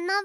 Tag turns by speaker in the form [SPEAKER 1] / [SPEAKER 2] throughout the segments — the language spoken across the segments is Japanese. [SPEAKER 1] の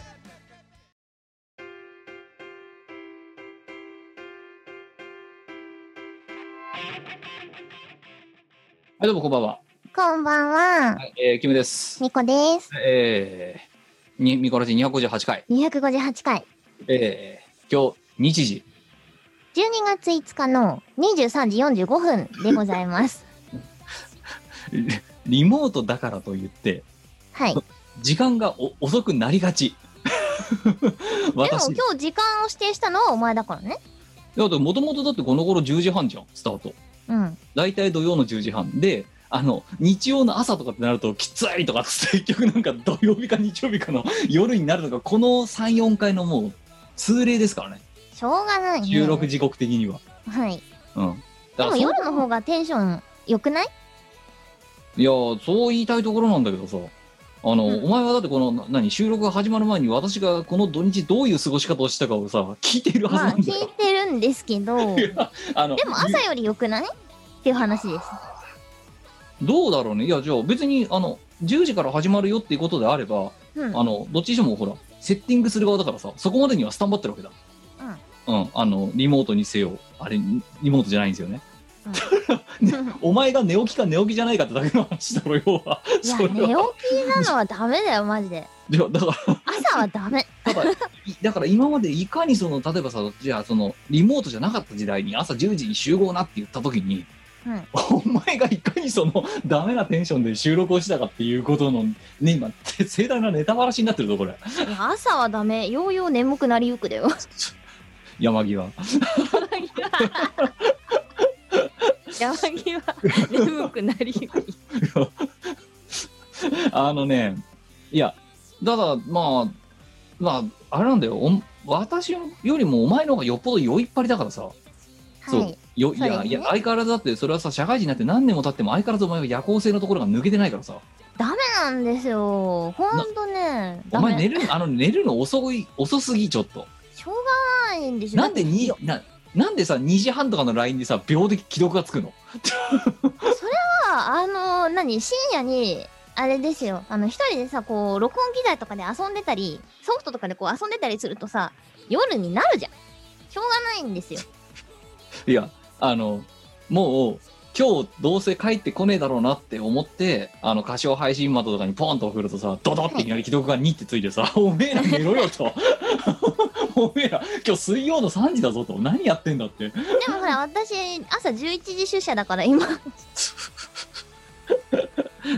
[SPEAKER 2] はい、どうもこんばんは。
[SPEAKER 1] こんばんは、
[SPEAKER 2] はい、えー、キムです。
[SPEAKER 1] ニコです
[SPEAKER 2] えー、に、ミコラジ258回。
[SPEAKER 1] 258回
[SPEAKER 2] えー、今日、日時。
[SPEAKER 1] 12月5日の23時45分でございます
[SPEAKER 2] リリモートだからと言って、
[SPEAKER 1] はいでも
[SPEAKER 2] 時間がお遅くなり がち。
[SPEAKER 1] 今
[SPEAKER 2] 私。
[SPEAKER 1] 日時間を指定したのはお前だからね
[SPEAKER 2] だって、もともとだってこの頃10時半じゃん、スタート。
[SPEAKER 1] うん
[SPEAKER 2] だいたい土曜の10時半で、あの、日曜の朝とかってなると、きついとか、結局なんか土曜日か日曜日かの 夜になるとか、この3、4回のもう、通例ですからね。
[SPEAKER 1] しょうがないね
[SPEAKER 2] 収録時刻的には。
[SPEAKER 1] はい
[SPEAKER 2] うん。
[SPEAKER 1] で
[SPEAKER 2] だ
[SPEAKER 1] も
[SPEAKER 2] からそ
[SPEAKER 1] 夜の方がテンション良くない
[SPEAKER 2] いやーそう言いたいところなんだけどさあの、
[SPEAKER 1] うん
[SPEAKER 2] お前はだってこのな何収録が始まる前に私がこの土日どういう過ごし方をしたかをさ聞いているはず
[SPEAKER 1] まあ
[SPEAKER 2] なん
[SPEAKER 1] 聞
[SPEAKER 2] だよ
[SPEAKER 1] い、てるんですけ どで
[SPEAKER 2] あ、の
[SPEAKER 1] も朝より良くないっていう話です
[SPEAKER 2] どうだろうねいやじゃあ別にあの10時から始まるよっていうことであれば、
[SPEAKER 1] うん
[SPEAKER 2] あのどっちにしてもほらセッティングする側だからさそこまでにはスタンバってるわけだうん、あのリモートにせよあれリモートじゃないんですよね
[SPEAKER 1] うん
[SPEAKER 2] お前が寝起きか寝起きじゃないかってだけの話だろ要はい
[SPEAKER 1] や
[SPEAKER 2] それ
[SPEAKER 1] 寝起き
[SPEAKER 2] は
[SPEAKER 1] なのはダメだよマジで
[SPEAKER 2] いやだから
[SPEAKER 1] 朝はダメ
[SPEAKER 2] ただ、い だから今までいかにその、例えばさ、じゃあその、リモートじゃなかった時代に朝10時に集合なって言った時に、
[SPEAKER 1] うん
[SPEAKER 2] お前がいかにその、ダメなテンションで収録をしたかっていうことの、ね、今、て盛大なネタばらしになってるぞ、これ。
[SPEAKER 1] いや朝はダメようよう眠くなりゆくだよ
[SPEAKER 2] 山際。
[SPEAKER 3] 山際眠くなりゆく
[SPEAKER 2] あのね、いや、ただ、まあ、まあ、あれなんだよ、お私よりもお前の方がよっぽど酔いっぱりだからさ、
[SPEAKER 1] はい
[SPEAKER 2] よい
[SPEAKER 1] そうで
[SPEAKER 2] や、
[SPEAKER 1] すね
[SPEAKER 2] いや、相変わらずだって、それはさ、社会人になって何年も経っても相変わらずお前は夜行性のところが抜けてないからさ、
[SPEAKER 1] ダメなんですよほんとね
[SPEAKER 2] お
[SPEAKER 1] ダ
[SPEAKER 2] 前
[SPEAKER 1] メ
[SPEAKER 2] 寝る、あの、寝るの遅い、遅すぎ、ちょっと。
[SPEAKER 1] しょうがないんでしょ
[SPEAKER 2] なんでに、な、なんでさ、2時半とかの LINE でさ、秒で既読がつくの
[SPEAKER 1] ああの何深夜にあれですよあの一人でさこう録音機材とかで遊んでたりソフトとかでこう遊んでたりするとさ夜になるじゃんしょうがないんですよ
[SPEAKER 2] いや、あの、もう、今日どうせ帰ってこねえだろうなって思って、あの、歌唱配信窓とかにポンと送るとさ、ドドっていきなり既読が2ってつい てさ、おめえら寝ろよと。 おめえら、今日水曜の3時だぞと。何やってんだって。
[SPEAKER 1] でもほら私朝11時出社だから今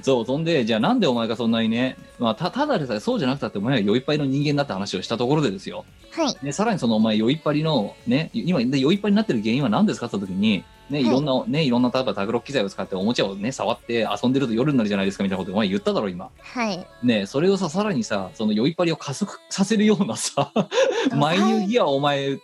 [SPEAKER 2] そう、そんで、じゃあなんでお前がそんなにね、まあ、た、ただでさえそうじゃなくたってお前は酔いっぱいの人間だって話をしたところでですよ。
[SPEAKER 1] はい
[SPEAKER 2] ね、さらにそのお前酔いっぱりのね今で酔いっぱりになってる原因は何ですかって言った時にねいろんな、ねいろんな例えばタグロック機材を使っておもちゃをね触って遊んでると夜になるじゃないですかみたいなことお前言っただろ今
[SPEAKER 1] はい
[SPEAKER 2] ねそれをささらにさその酔いっぱりを加速させるような さ
[SPEAKER 1] そう
[SPEAKER 2] マイニューギアをお前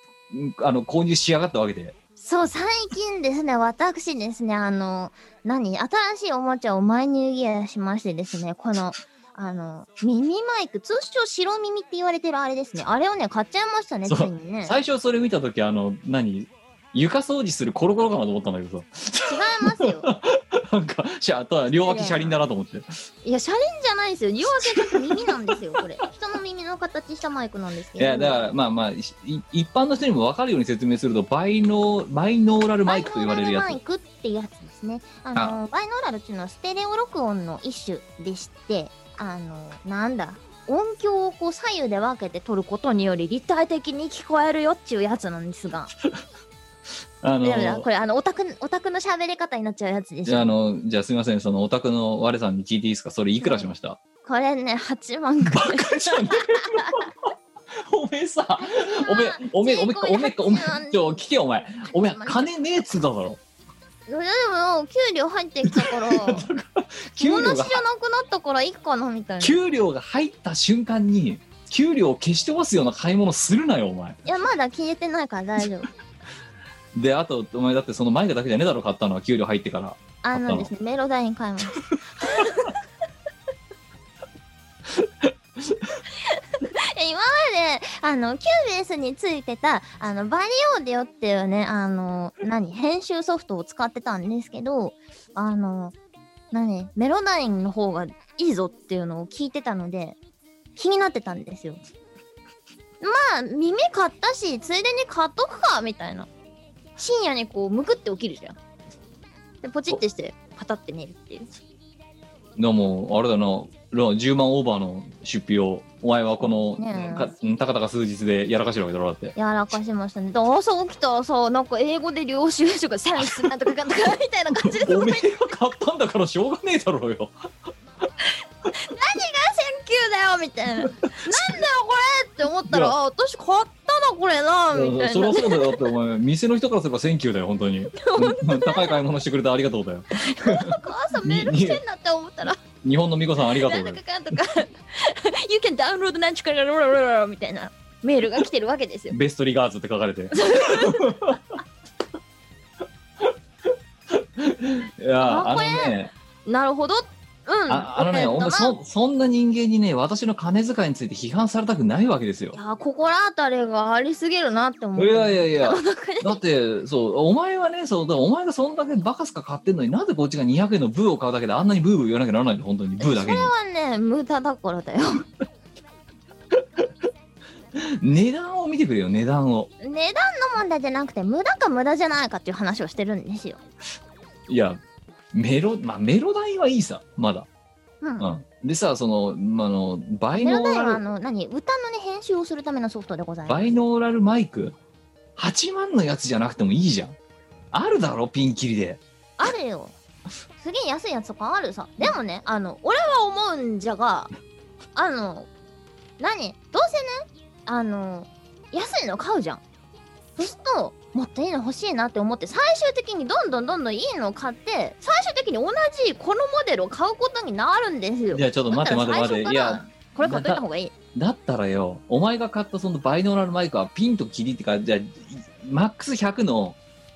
[SPEAKER 2] あの購入しやがったわけで
[SPEAKER 1] そう最近ですね私ですねあの何新しいおもちゃをマイニューギアしましてですねこのあの耳マイク通称白耳って言われてるあれですねあれをね買っちゃいましたねつ
[SPEAKER 2] そう
[SPEAKER 1] いにね
[SPEAKER 2] 最初それ見た時あの何床掃除するコロコロかなと思ったんだけど
[SPEAKER 1] 違いますよ
[SPEAKER 2] さ なんかシャあとは両脇車輪だなと思って
[SPEAKER 1] いや、シャレンじゃないですよ。両手が耳なんですよ、これ。人の耳の形したマイクなんですけ
[SPEAKER 2] い
[SPEAKER 1] ど。
[SPEAKER 2] やだからまあまあい一般の人にも分かるように説明するとバイノーバイノーラルマイクと言われるや
[SPEAKER 1] バイノ
[SPEAKER 2] つ
[SPEAKER 1] ーラルマイクってやつですね。あの、バイノーラルっていうのはステレオ録音の一種でして、あの、なんだ、音響をこう左右で分けて取ることにより立体的に聞こえるよっちゅうやつなんですが、
[SPEAKER 2] あの
[SPEAKER 1] ダメだこれあのオタクオタクの喋り方になっちゃうやつでし
[SPEAKER 2] じゃあ
[SPEAKER 1] ょ
[SPEAKER 2] あのじゃあすみませんそのお宅の我さんに聞いていいですかそれいくらし ました、
[SPEAKER 1] これね8万くらい
[SPEAKER 2] じゃねえのおめえさおめえおめえおめえおめえおめえちょ聞けよお前おめえ金ねえっつうんだろ
[SPEAKER 1] いやでも給料入ってきたから物な
[SPEAKER 2] 給料
[SPEAKER 1] しじ
[SPEAKER 2] が
[SPEAKER 1] ゃなくなったからいいかなみたいない
[SPEAKER 2] 給料が入った瞬間に給料を消してますような買い物するなよお前
[SPEAKER 1] やまだ消えてないから大丈夫
[SPEAKER 2] であとお前だってそのマイクだけじゃねえだろ買ったのは給料入ってから
[SPEAKER 1] あのですねメロダイン買い ますえ今まであのキューベースについてたあのバリオーディオっていうねあの何編集ソフトを使ってたんですけどあの何メロダインの方がいいぞっていうのを聞いてたので気になってたんですよまあ耳買ったしついでに買っとくかみたいな深夜にこうむくって起きるじゃんでポチってしてパタって寝るっていう
[SPEAKER 2] でもあれだなろ10万オーバーの出費をお前はこの、
[SPEAKER 1] ねえ
[SPEAKER 2] かたかたか数日でやらかしてるわけだろだって
[SPEAKER 1] やらかしましたねだから朝起きたらさなんか英語で領収書がサインするなんとかかんとかみたいな感 じで
[SPEAKER 2] お
[SPEAKER 1] 届
[SPEAKER 2] め
[SPEAKER 1] いて
[SPEAKER 2] えが買ったんだからしょうがねえだろうよ
[SPEAKER 1] 「センキューだよ」みたいな「なんだよこれ!」って思ったら
[SPEAKER 2] いや
[SPEAKER 1] あ「私買ったなこれな」みたい
[SPEAKER 2] そり
[SPEAKER 1] な
[SPEAKER 2] ゃそうだよだってお前店の人からすればセンキューだよ 本当に高い買い物してくれてありがとうだよ
[SPEAKER 1] なんか朝メール来てんなって思ったら
[SPEAKER 2] 日本の美子さんあ
[SPEAKER 1] 「
[SPEAKER 2] りが
[SPEAKER 1] な
[SPEAKER 2] とうんだ
[SPEAKER 1] と
[SPEAKER 2] よ
[SPEAKER 1] かかんとか You can download なんちゅうからロロロロ」みたいなメールが来てるわけですよ
[SPEAKER 2] ベストリガーズって書か れていや
[SPEAKER 1] あ
[SPEAKER 2] あ
[SPEAKER 1] こ
[SPEAKER 2] の
[SPEAKER 1] れ
[SPEAKER 2] ね
[SPEAKER 1] なるほどうん
[SPEAKER 2] ああのね
[SPEAKER 1] わ
[SPEAKER 2] お
[SPEAKER 1] か
[SPEAKER 2] 前
[SPEAKER 1] ったな
[SPEAKER 2] そそんな人間にね私の金遣いについて批判されたくないわけですよ
[SPEAKER 1] いや心当たりがありすぎるなって思っ
[SPEAKER 2] い
[SPEAKER 1] て
[SPEAKER 2] やいやいや
[SPEAKER 1] なんかね
[SPEAKER 2] だってそうお前はねそうだからお前がそんだけバカすか買ってんのになぜこっちが200円のブーを買うだけであんなにブーブー言わなきゃならないの本当にブーだけに
[SPEAKER 1] それはね無駄だからだよ
[SPEAKER 2] 値段を見てくれよ値段を
[SPEAKER 1] 値段の問題じゃなくて無駄か無駄じゃないかっていう話をしてるんですよ、
[SPEAKER 2] いやメロまあメロ代はいいさまだ、
[SPEAKER 1] うん
[SPEAKER 2] うん、でさその,、まあ、あのバイ
[SPEAKER 1] メ
[SPEAKER 2] ノ
[SPEAKER 1] ロダイン
[SPEAKER 2] ー
[SPEAKER 1] はあ
[SPEAKER 2] ラル
[SPEAKER 1] の何歌のね編集をするためのソフトでございま
[SPEAKER 2] バ
[SPEAKER 1] す
[SPEAKER 2] イノーラルマイク8万のやつじゃなくてもいいじゃんあるだろピンキリで
[SPEAKER 1] あるよすげえ安いやつとかあるさでもねあの俺は思うんじゃがあの何どうせねあの安いの買うじゃんそうするともっといいの欲しいなって思って最終的にどんどんどんどんいいのを買って最終的に同じこのモデルを買うことになるんですよ
[SPEAKER 2] いやちょっと待って待って待ってい
[SPEAKER 1] だから最初から
[SPEAKER 2] や
[SPEAKER 1] これ買っといた方がいい
[SPEAKER 2] だったらよお前が買ったそのバイノーラルマイクはピンとキリってかじゃあいマックス100の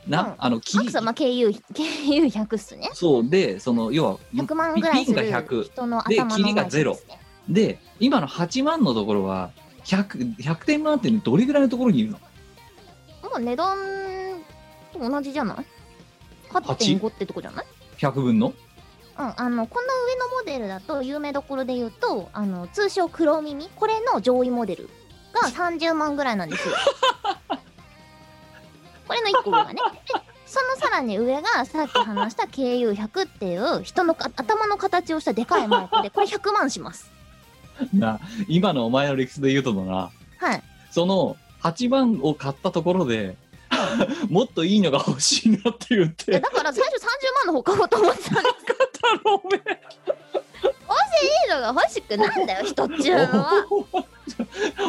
[SPEAKER 2] な、
[SPEAKER 1] うん
[SPEAKER 2] あのキ
[SPEAKER 1] マッ
[SPEAKER 2] リ
[SPEAKER 1] クスはまあ KU, KU100 っすね。
[SPEAKER 2] そうでその要は
[SPEAKER 1] 100万ぐらいする
[SPEAKER 2] ピンが100
[SPEAKER 1] 人の頭の
[SPEAKER 2] でキリがゼロ
[SPEAKER 1] マイクですね
[SPEAKER 2] で今の8万のところは 100, 100点満点でどれぐらいのところにいるの
[SPEAKER 1] もう値段と同じじゃない ?8.5 ってとこじゃない
[SPEAKER 2] 100分の
[SPEAKER 1] うん、あの、この上のモデルだと、有名どころで言うと、あの、通称黒耳、これの上位モデル が30万ぐらいなんですよ。これの1個上がね。でそのさらに上が、さっき話した KU100 っていう、人のか頭の形をしたでかいマイクで、これ100万します。
[SPEAKER 2] な今のお前の理屈で言うとだな
[SPEAKER 1] はい。
[SPEAKER 2] その8万を買ったところで もっといいのが欲しいなって言っ
[SPEAKER 1] いや
[SPEAKER 2] て
[SPEAKER 1] だから最初30万の方買おうと思ってたんだけど
[SPEAKER 2] 頼め
[SPEAKER 1] いいのが 欲しくないんだよ人っちゅうのは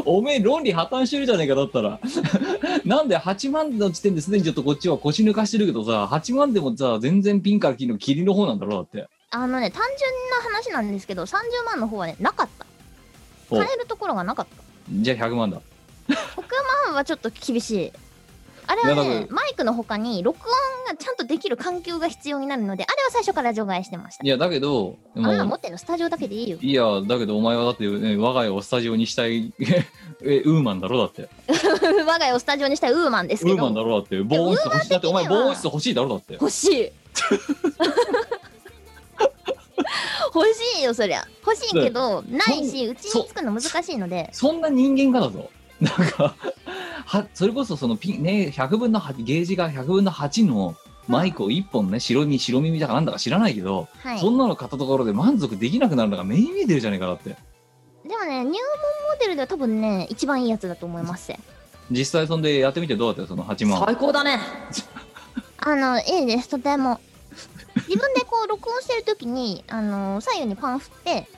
[SPEAKER 2] おめえ論理破綻してるじゃねえかだったら なんで8万の時点ですでにちょっとこっちは腰抜かしてるけどさ8万でもさ全然ピンからキリの霧の方なんだろうだって
[SPEAKER 1] あのね単純な話なんですけど30万の方はねなかった
[SPEAKER 2] お
[SPEAKER 1] 買えるところがなかった
[SPEAKER 2] じゃあ100万だ
[SPEAKER 1] 100万はちょっと厳しいあれはい
[SPEAKER 2] や
[SPEAKER 1] ね
[SPEAKER 2] だ
[SPEAKER 1] マイクの他に録音がちゃんとできる環境が必要になるのであれは最初から除外してました
[SPEAKER 2] いやだけど
[SPEAKER 1] あん
[SPEAKER 2] も
[SPEAKER 1] な
[SPEAKER 2] う
[SPEAKER 1] の持ってんのスタジオだけでいいよ
[SPEAKER 2] いやだけどお前はだって、ね、我が家をスタジオにしたい えウーマンだろだって
[SPEAKER 1] 我が家をスタジオにしたいウーマンです
[SPEAKER 2] ウ
[SPEAKER 1] け
[SPEAKER 2] ーマン
[SPEAKER 1] ど
[SPEAKER 2] だろだって防音室欲しいだってお前
[SPEAKER 1] ウー
[SPEAKER 2] 防
[SPEAKER 1] マン的には
[SPEAKER 2] 音室欲しいだろだって
[SPEAKER 1] 欲し い欲しいよそりゃ欲しいけどないしうちに作るの難しいので
[SPEAKER 2] そんな人間がだぞ。 なんか、は、それこそそのピン、ね、100分の8、ゲージが100分の8のマイクを1本ね、白身、白耳だかなんだか知らないけど、
[SPEAKER 1] はい
[SPEAKER 2] そんなの買ったところで満足できなくなるのが目に見えてるじゃねえかだって。
[SPEAKER 1] でもね、入門モデルでは多分ね、一番いいやつだと思います。
[SPEAKER 2] 実際そんでやってみてどうだったよ、その8万。
[SPEAKER 1] 高だね。あの、いいです、とても。自分でこう、録音してるときに、あの、左右にパン振って、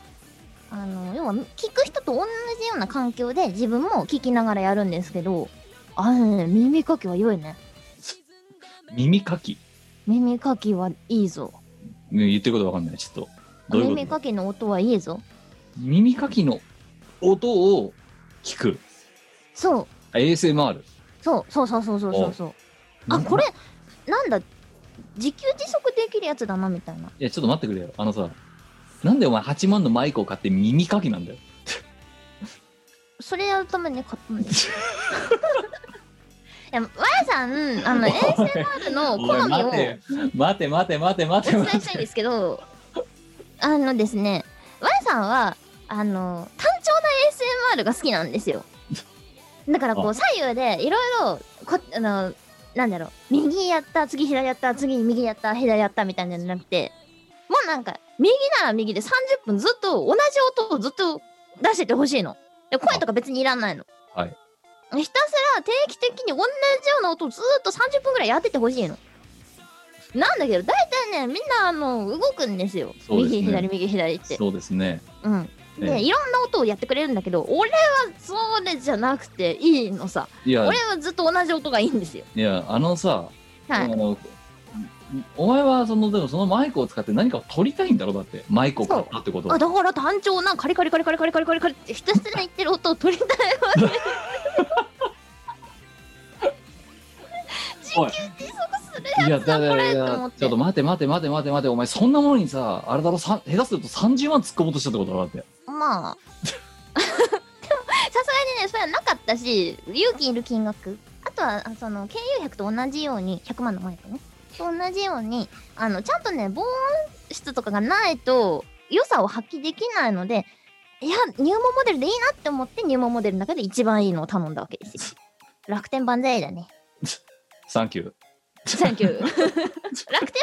[SPEAKER 1] あの、要は、聞く人と同じような環境で自分も聞きながらやるんですけど、あのね、耳かきは良いね。
[SPEAKER 2] 耳かき。
[SPEAKER 1] 耳かきはいいぞ。
[SPEAKER 2] ね言ってることわかんない。ちょっと。どういう
[SPEAKER 1] 耳
[SPEAKER 2] こと
[SPEAKER 1] かきの音はいいぞ。
[SPEAKER 2] 耳かきの音を聞く。
[SPEAKER 1] そう、
[SPEAKER 2] あ ASMR。
[SPEAKER 1] そう、そうそうそうそうそうそう。あ、これ、なんだ、自給自足できるやつだな、みたいな。
[SPEAKER 2] いや、ちょっと待ってくれよ。あのさ、なんでお前8万のマイクを買って耳かきなんだよ。
[SPEAKER 1] それやるために買ったん ですよ。いや、わやさん、あの、ASMR の
[SPEAKER 2] おい
[SPEAKER 1] 好みを
[SPEAKER 2] 待
[SPEAKER 1] お
[SPEAKER 2] てよ
[SPEAKER 1] 伝
[SPEAKER 2] 待て待て待て待て
[SPEAKER 1] え
[SPEAKER 2] 待
[SPEAKER 1] したい
[SPEAKER 2] て。
[SPEAKER 1] んですけど、あのですね、わやさんは、あの、単調な ASMR が好きなんですよ。だからこう、左右でいろいろ、こあの、なんだろう、右やった、次左やった、次右やった、左やったみたいなのじゃなくて、もうなんか、右なら右で30分ずっと同じ音をずっと出しててほしいの。で声とか別にいらないの。
[SPEAKER 2] はい
[SPEAKER 1] ひたすら定期的に同じような音をずっと30分ぐらいやっててほしいの。なんだけど、大体ね、みんなあの動くんですよ。
[SPEAKER 2] そうですね
[SPEAKER 1] 右、左、右、左って。
[SPEAKER 2] そうですね。
[SPEAKER 1] うん。で、
[SPEAKER 2] ね
[SPEAKER 1] いろんな音をやってくれるんだけど、俺はそれじゃなくていいのさ。
[SPEAKER 2] いや
[SPEAKER 1] 俺、はずっと同じ音がいいんですよ。
[SPEAKER 2] いや、あのさ、
[SPEAKER 1] は
[SPEAKER 2] あ
[SPEAKER 1] い。
[SPEAKER 2] の、お前はその、でもそのマイクを使って何かを撮りたいんだろだって。マイクを買ったってこと
[SPEAKER 1] あ
[SPEAKER 2] は。
[SPEAKER 1] だから単調なカリカリカリカリカリカリカリカリってひたすら言ってる音を取りたいわ
[SPEAKER 2] おい
[SPEAKER 1] けでそこする
[SPEAKER 2] い
[SPEAKER 1] や
[SPEAKER 2] や、
[SPEAKER 1] つだ
[SPEAKER 2] だ
[SPEAKER 1] こ
[SPEAKER 2] だ
[SPEAKER 1] れ
[SPEAKER 2] い
[SPEAKER 1] と思
[SPEAKER 2] や
[SPEAKER 1] っ、
[SPEAKER 2] ちょ
[SPEAKER 1] て
[SPEAKER 2] っと待て待て待て待て待て、お前そんなものにさ、あれだろ、さん下手すると30万突っ込もうとしたってことだろだって。
[SPEAKER 1] まあでもさすがにねそれはなかったし勇気いる金額あとはあその KU100 と同じように100万の前とねと同じようにあのちゃんとね防音室とかがないと良さを発揮できないのでいや入門モデルでいいなって思って入門モデルの中で一番いいのを頼んだわけですよ楽天万歳だね
[SPEAKER 2] サンキュー。
[SPEAKER 1] サンキュー 楽天は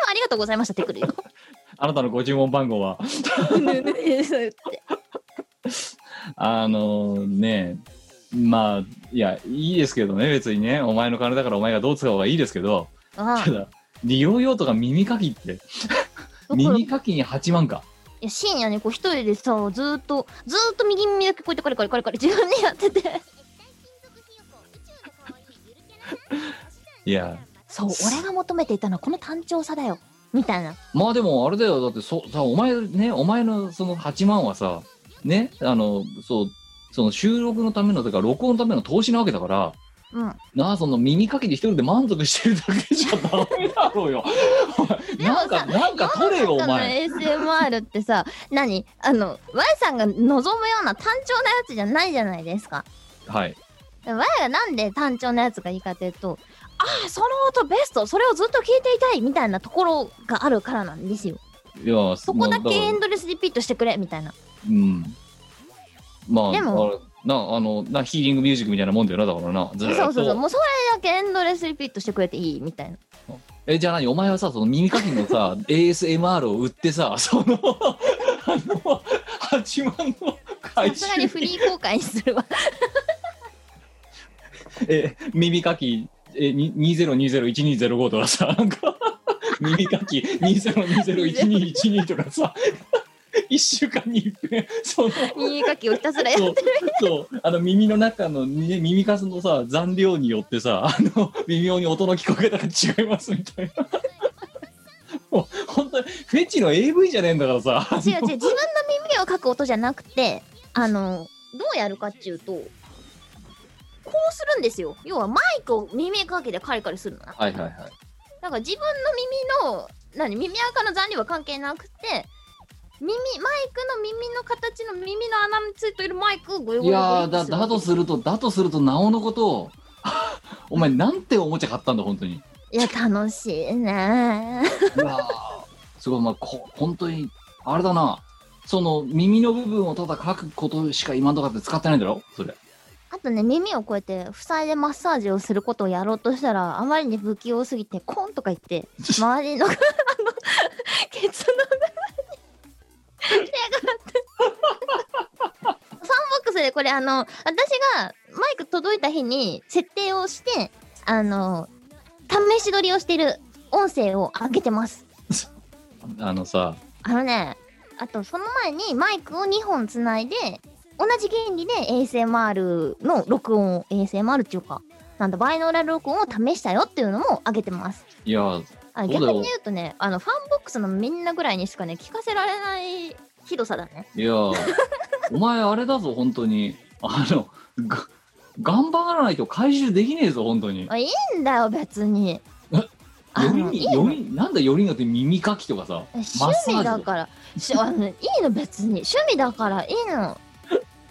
[SPEAKER 1] ありがとうございましたってくるよ
[SPEAKER 2] あなたのご注文番号は、あのねまあ、いや、いいですけどね、別にね、お前の金だからお前がどう使う方がいいですけど、
[SPEAKER 1] あ
[SPEAKER 2] ただ、利用用途が耳かきって、
[SPEAKER 1] あ
[SPEAKER 2] 耳かきに8万か。
[SPEAKER 1] いや深夜にこう一人でさずーっとずーっと右耳だけこうやってカリカリカリカリ自分でやって て
[SPEAKER 2] いや、
[SPEAKER 1] そう俺が求めていたのはこの単調さだよみたいな
[SPEAKER 2] まあでもあれだよ、だってそ、さ、お前ね、お前のその8万はさ、ね、あの、そう、その収録のための、とか録音のための投資なわけだから、
[SPEAKER 1] うん
[SPEAKER 2] なあ、その耳かきで一人で満足してるだけじゃダメだろうよ。お
[SPEAKER 1] で
[SPEAKER 2] い
[SPEAKER 1] も
[SPEAKER 2] なん
[SPEAKER 1] さ
[SPEAKER 2] か、なんか取れよ、お前。
[SPEAKER 1] 世の中の ASMR ってさ 何あの Y さんが望むような単調なやつじゃないじゃないですか
[SPEAKER 2] はい。
[SPEAKER 1] Y がなんで単調なやつがいいかというとああその音ベストそれをずっと聞いていたいみたいなところがあるからなんですよ
[SPEAKER 2] いや、
[SPEAKER 1] そこだけ
[SPEAKER 2] まあから
[SPEAKER 1] エンドレスリピートしてくれみたいな
[SPEAKER 2] うん。まあ、
[SPEAKER 1] でも
[SPEAKER 2] あなあのなヒーリングミュージックみたいなもんだよなだからなずーっと
[SPEAKER 1] そうそうそうもうそれだけエンドレスリピートしてくれていいみたいな
[SPEAKER 2] えじゃあ何お前はさその耳かきのさ ASMR を売ってさそのあの8万の
[SPEAKER 1] さ
[SPEAKER 2] 回
[SPEAKER 1] すがにフ
[SPEAKER 2] 収
[SPEAKER 1] リー公開にするわ
[SPEAKER 2] え耳かきえに20201205とかさなんか耳かき20201212とかさ1週間に一遍その
[SPEAKER 1] 耳かきをひたすらやっ
[SPEAKER 2] そうそうあの耳の中の、ね、耳かすのさ残量によってさあの微妙に音の聞こえ方が違いますみたいな。もう本当にフェチの AV じゃねえんだからさ
[SPEAKER 1] 違う違う自分の耳をかく音じゃなくてあのどうやるかっていうとこうするんですよ要はマイクを耳かけてカリカリするのな
[SPEAKER 2] はいはいはい
[SPEAKER 1] だから自分の耳の何耳垢の残量は関係なくて耳マイクの耳の形の耳の穴についているマイクをゴヨ
[SPEAKER 2] い
[SPEAKER 1] ゴヨゴ
[SPEAKER 2] や
[SPEAKER 1] ヨ
[SPEAKER 2] ー
[SPEAKER 1] って
[SPEAKER 2] だ
[SPEAKER 1] する
[SPEAKER 2] だとするとだとするとなおのことをお前なんておもちゃ買ったんだ本当にい
[SPEAKER 1] いや楽しいね
[SPEAKER 2] やーすごいまあこ本当にあれだなその耳の部分をただ書くことしか今のところだって使ってないんだろそれ
[SPEAKER 1] あとね耳をこうやって塞いでマッサージをすることをやろうとしたらあまりに不器用すぎてコンとか言って周りのあのケツの裏に手があってサンボックスでこれあの私がマイク届いた日に設定をしてあの試し撮りをしてる音声を上げてます。
[SPEAKER 2] あのさ
[SPEAKER 1] あのね、あとその前にマイクを2本つないで、同じ原理で ASMR の録音を、ASMR っていうか、なんだ、バイノーラル録音を試したよっていうのも上げてます。
[SPEAKER 2] いや
[SPEAKER 1] あ
[SPEAKER 2] そうだよ
[SPEAKER 1] 逆に言うとね、あの、ファンボックスのみんなぐらいにしかね、聞かせられないひどさだね。
[SPEAKER 2] いやお前あれだぞ本当にあのが頑張らないと回収できねえぞ本当に
[SPEAKER 1] あいいんだよ、別に。あ
[SPEAKER 2] より
[SPEAKER 1] のいい
[SPEAKER 2] に
[SPEAKER 1] の
[SPEAKER 2] よりなんだよりによって耳かきとかさマッ
[SPEAKER 1] 趣
[SPEAKER 2] サー
[SPEAKER 1] 味
[SPEAKER 2] ジ
[SPEAKER 1] だからしあのいいの別に趣味だからいいの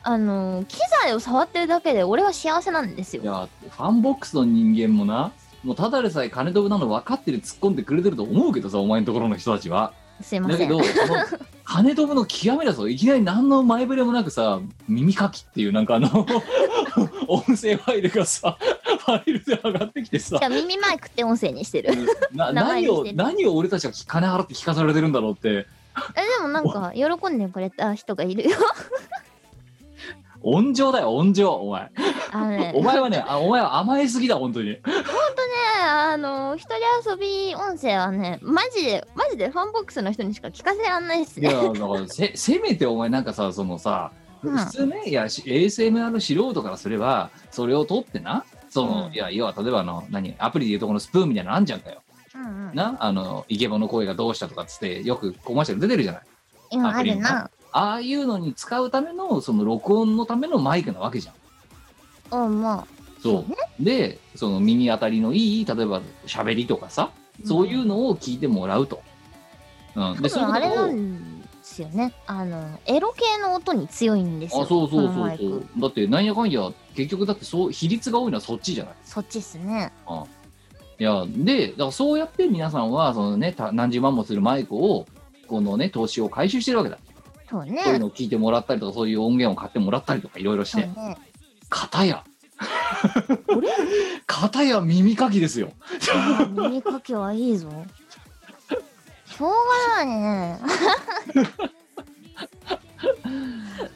[SPEAKER 1] あの機材を触ってるだけで俺は幸せなんです
[SPEAKER 2] い
[SPEAKER 1] よ
[SPEAKER 2] やファンボックスの人間もなもうただでさえ金飛ぶなの分かってる突っ込んでくれてると思うけどさお前のところの人たちは
[SPEAKER 1] すいま
[SPEAKER 2] だ
[SPEAKER 1] せ
[SPEAKER 2] け
[SPEAKER 1] ん
[SPEAKER 2] どその金飛ぶの極めだぞいきなり何の前触れもなくさ耳かきっていうなんかあの 音声ファイルがさファイルで上がってきてさ
[SPEAKER 1] じゃあ耳マイクって音声にして る
[SPEAKER 2] な
[SPEAKER 1] 名前
[SPEAKER 2] 何
[SPEAKER 1] にし
[SPEAKER 2] を
[SPEAKER 1] てる
[SPEAKER 2] 何を俺たちが金払って聞かされてるんだろうって
[SPEAKER 1] えでもなんか喜んでくれた人がい るよ
[SPEAKER 2] 温情だよ温情お前
[SPEAKER 1] あのね
[SPEAKER 2] お前はねあお前は甘えすぎだ本当に
[SPEAKER 1] あの一人遊び音声はねマジでマジでファンボックスの人にしか聞かせらんないっす
[SPEAKER 2] いや
[SPEAKER 1] ね
[SPEAKER 2] だからせせめてお前なんかさそのさ、
[SPEAKER 1] うん
[SPEAKER 2] 普通ねいやし ASMR の素人からすればそれを取ってなその、
[SPEAKER 1] うん
[SPEAKER 2] いや要は例えばあの何アプリでいうとこのスプーンみたいなのあんじゃんかよ、
[SPEAKER 1] うんうん
[SPEAKER 2] なあのイケボの声がどうしたとかっつってよくコマーシャル出てるじゃない
[SPEAKER 1] 今あるな
[SPEAKER 2] ああいうのに使うためのその録音のためのマイクなわけじゃん
[SPEAKER 1] うんも
[SPEAKER 2] そうでその耳当たりのいい例えば喋りとかさそういうのを聞いてもらうと、うん、
[SPEAKER 1] う
[SPEAKER 2] で
[SPEAKER 1] 多
[SPEAKER 2] そういう
[SPEAKER 1] 分
[SPEAKER 2] こ
[SPEAKER 1] あれ
[SPEAKER 2] と
[SPEAKER 1] な
[SPEAKER 2] を
[SPEAKER 1] んですよねあのエロ系の音に強いんですよ
[SPEAKER 2] あそうそう
[SPEAKER 1] この
[SPEAKER 2] そ
[SPEAKER 1] マ
[SPEAKER 2] う
[SPEAKER 1] イ
[SPEAKER 2] そ
[SPEAKER 1] ク
[SPEAKER 2] うだってなんやかんや結局だってそう比率が多いのはそっちじゃない
[SPEAKER 1] そっちっすね
[SPEAKER 2] いやでだからそうやって皆さんはそのねた何十万もするマイクをこのね投資を回収してるわけだ、
[SPEAKER 1] そうね。
[SPEAKER 2] そういうのを聞いてもらったりとかそういう音源を買ってもらったりとかいろいろし
[SPEAKER 1] そう
[SPEAKER 2] て
[SPEAKER 1] ね。
[SPEAKER 2] 片や片や耳かきですよ
[SPEAKER 1] あー耳かきはいいぞ。しょうが ないね。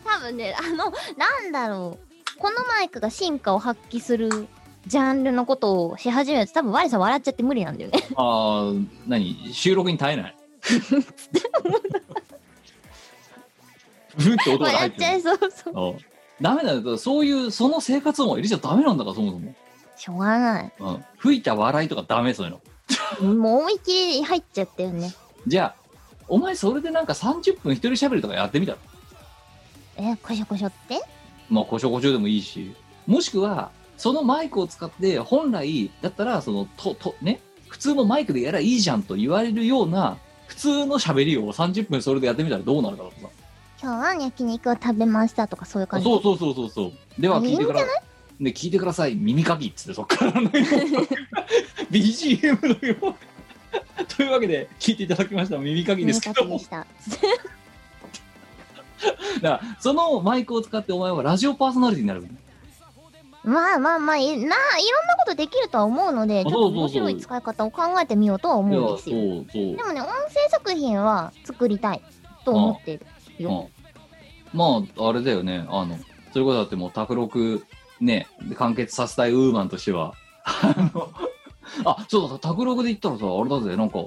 [SPEAKER 1] 多分ね、あの、なんだろう。このマイクが進化を発揮するジャンルのことをし始めると、多分ワリさん笑っちゃって無理なんだよね。
[SPEAKER 2] あー何収録に耐えない ふって音が 入
[SPEAKER 1] 笑
[SPEAKER 2] っ
[SPEAKER 1] ってちゃ
[SPEAKER 2] る
[SPEAKER 1] いそうそう。
[SPEAKER 2] うんダメなんだよだからそういうその生活音は入れちゃダメなんだからそもそも、
[SPEAKER 1] しょうがない。
[SPEAKER 2] うん、吹いた笑いとかダメそういうの
[SPEAKER 1] もう思いっきり入っちゃったよね。
[SPEAKER 2] じゃあお前それでなんか30分一人喋りとかやってみたら
[SPEAKER 1] え、こしょこしょって
[SPEAKER 2] まあこしょこしょでもいいしもしくはそのマイクを使って本来だったらそのととね普通のマイクでやりゃいいじゃんと言われるような普通の喋りを30分それでやってみたらどうなるだろうと
[SPEAKER 1] 今日は焼肉を食べましたとかそういう感じ。
[SPEAKER 2] そうそうそうそうそうでは聞いてくだ
[SPEAKER 1] いいんじ
[SPEAKER 2] さいで聞いてください耳かきっつってそっ からの BGM のような というわけで聞いていただきました耳かきですけど
[SPEAKER 1] 耳かきでした。
[SPEAKER 2] だからそのマイクを使ってお前はラジオパーソナリティになる
[SPEAKER 1] まあまあまあいいな、いろんなことできるとは思うので、ちょっと面白い使い方を考えてみようとは思うんですよ。
[SPEAKER 2] そうそう、
[SPEAKER 1] でもね、音声作品は作りたいと思っている。よ
[SPEAKER 2] うんまああれだよねあのそれこそだってもう卓六ねで完結させたいウーマンとしてはあの あそうだ卓六で言ったらさあれだぜなんか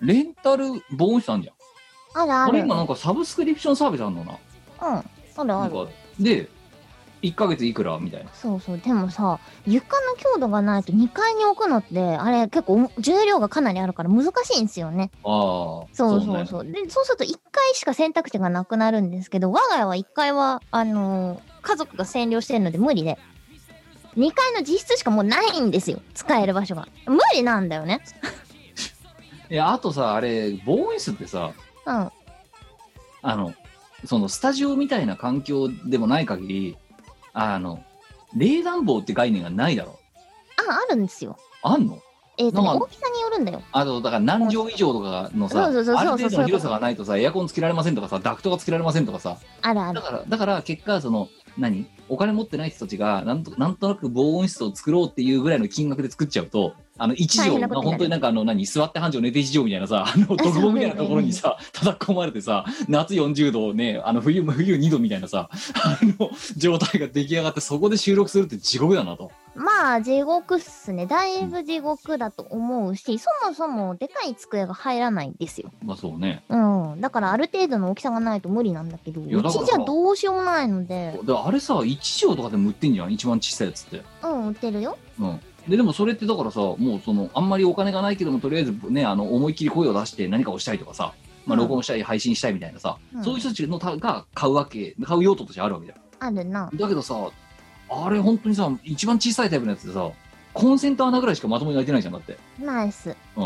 [SPEAKER 2] レンタル防音室あんじゃん
[SPEAKER 1] あるあ
[SPEAKER 2] あれ
[SPEAKER 1] る。うん。
[SPEAKER 2] 今なんかサブスクリプションサービスあんのな
[SPEAKER 1] ある
[SPEAKER 2] な
[SPEAKER 1] あ
[SPEAKER 2] ん
[SPEAKER 1] る。
[SPEAKER 2] かで1ヶ月いくらみたいな
[SPEAKER 1] そうそう。でもさ、床の強度がないと2階に置くのって、あれ結構重量がかなりあるから難しいんですよね。
[SPEAKER 2] ああ
[SPEAKER 1] そうそうそう。で、そうすると1階しか選択肢がなくなるんですけど、我が家は1階は、あのー家族が占領してるので無理で、2階の実質しかもうないんですよ。使える場所が。無理なんだよね。
[SPEAKER 2] いやあとさあれ防音室ってさ
[SPEAKER 1] うん。
[SPEAKER 2] あの、そのスタジオみたいな環境でもない限り、あの、冷暖房って概念がないだろ。
[SPEAKER 1] あ、あるんですよ。
[SPEAKER 2] あんの
[SPEAKER 1] えっ、とね、
[SPEAKER 2] なんか
[SPEAKER 1] 大きさによるんだよ。
[SPEAKER 2] あと、だから何畳以上とかのさ、あ
[SPEAKER 1] そうそうそうそう
[SPEAKER 2] る
[SPEAKER 1] そうい
[SPEAKER 2] 程度の
[SPEAKER 1] うこと
[SPEAKER 2] 広さがないとさ、エアコンつけられませんとかさ、ダクトがつけられませんとかさ、
[SPEAKER 1] あるあ
[SPEAKER 2] だ
[SPEAKER 1] る。
[SPEAKER 2] から、だから結果、その、何お金持ってない人たちがなんと、なんとなく防音室を作ろうっていうぐらいの金額で作っちゃうと、あの、一
[SPEAKER 1] 大
[SPEAKER 2] 畳、
[SPEAKER 1] 変な
[SPEAKER 2] ま
[SPEAKER 1] こ
[SPEAKER 2] あ
[SPEAKER 1] とになる
[SPEAKER 2] 本当になんかあの、何座って半畳、寝て一畳みたいな さ、あの、独房みたいなところにさ、叩き込まれてさ、夏40度ね、あの、冬も、冬2度みたいなさ、あの、状態が出来上がって、そこで収録するって地獄だなと。
[SPEAKER 1] まあ地獄っすねだいぶ地獄だと思うしそもそもでかい机が入らないんですよ、
[SPEAKER 2] まあそうね。
[SPEAKER 1] うん、だからある程度の大きさがないと無理なんだけどう
[SPEAKER 2] いやだから
[SPEAKER 1] ちじゃどうしようもないので
[SPEAKER 2] だからあれさ、1畳とかでも売ってんじゃん、一番小さいやつって。
[SPEAKER 1] うん売ってるよ
[SPEAKER 2] うん。で、でもそれってだからさ、もうその、あんまりお金がないけども、とりあえずね、あの、思いっきり声を出して何かをしたいとかさ、まあ、録音したい、配信したいみたいなさ、
[SPEAKER 1] うん
[SPEAKER 2] そういう人たちのたが買うわけ、買う用途としてあるわけじゃん。
[SPEAKER 1] あるな
[SPEAKER 2] だけどさ、あれ本当にさ、一番小さいタイプのやつでさ、コンセント穴ぐらいしかまともに開いてないじゃん、だって。
[SPEAKER 1] ナイス
[SPEAKER 2] う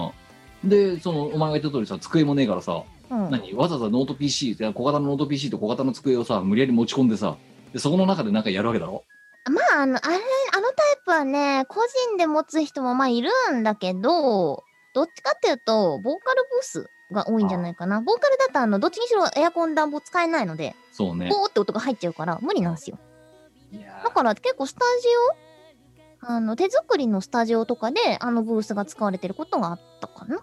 [SPEAKER 2] ん。で、その、お前が言った通りさ、机もねえからさ、
[SPEAKER 1] うん
[SPEAKER 2] 何わざわざノート PC、いや小型のノート PC と小型の机をさ、無理やり持ち込んでさ、でそこの中でなんかやるわけだろ
[SPEAKER 1] まあ、あの、あれ、あのタイプはね、個人で持つ人もまあいるんだけど、どっちかっていうと、ボーカルブースが多いんじゃないかな。ボーカルだと、あの、どっちにしろエアコン暖房使えないので、
[SPEAKER 2] そうね。
[SPEAKER 1] ボーって音が入っちゃうから無理なんですよ。
[SPEAKER 2] いや
[SPEAKER 1] だから結構スタジオあの、手作りのスタジオとかで、あのブースが使われてることがあったかな。
[SPEAKER 2] ー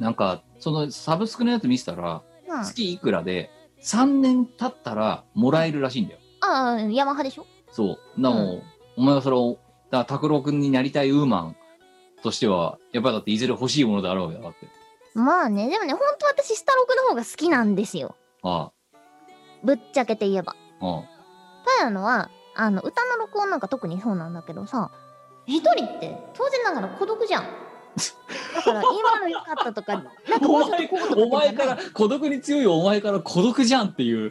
[SPEAKER 2] なんか、そのサブスクのやつ見せたら、
[SPEAKER 1] うん、あ
[SPEAKER 2] 月いくらで、3年経ったらもらえるらしいんだよ。
[SPEAKER 1] あ、ヤマハでしょ
[SPEAKER 2] そう。なも、お前はそれを、だから拓郎君になりたいウーマンとしては、やっぱりだっていずれ欲しいものであるわけだだって。
[SPEAKER 1] まあね、でもね、ほんと私、スタロクの方が好きなんですよ。
[SPEAKER 2] あ
[SPEAKER 1] ぶっちゃけて言えば。
[SPEAKER 2] あ、うん。
[SPEAKER 1] ただのはあの歌の録音なんか特にそうなんだけどさ一人って当然ながら孤独じゃんだから今の良かったと かなんかもう
[SPEAKER 2] お
[SPEAKER 1] ちょっと
[SPEAKER 2] 前
[SPEAKER 1] こうとか
[SPEAKER 2] お前から孤独に強いお前から孤独じゃんっていう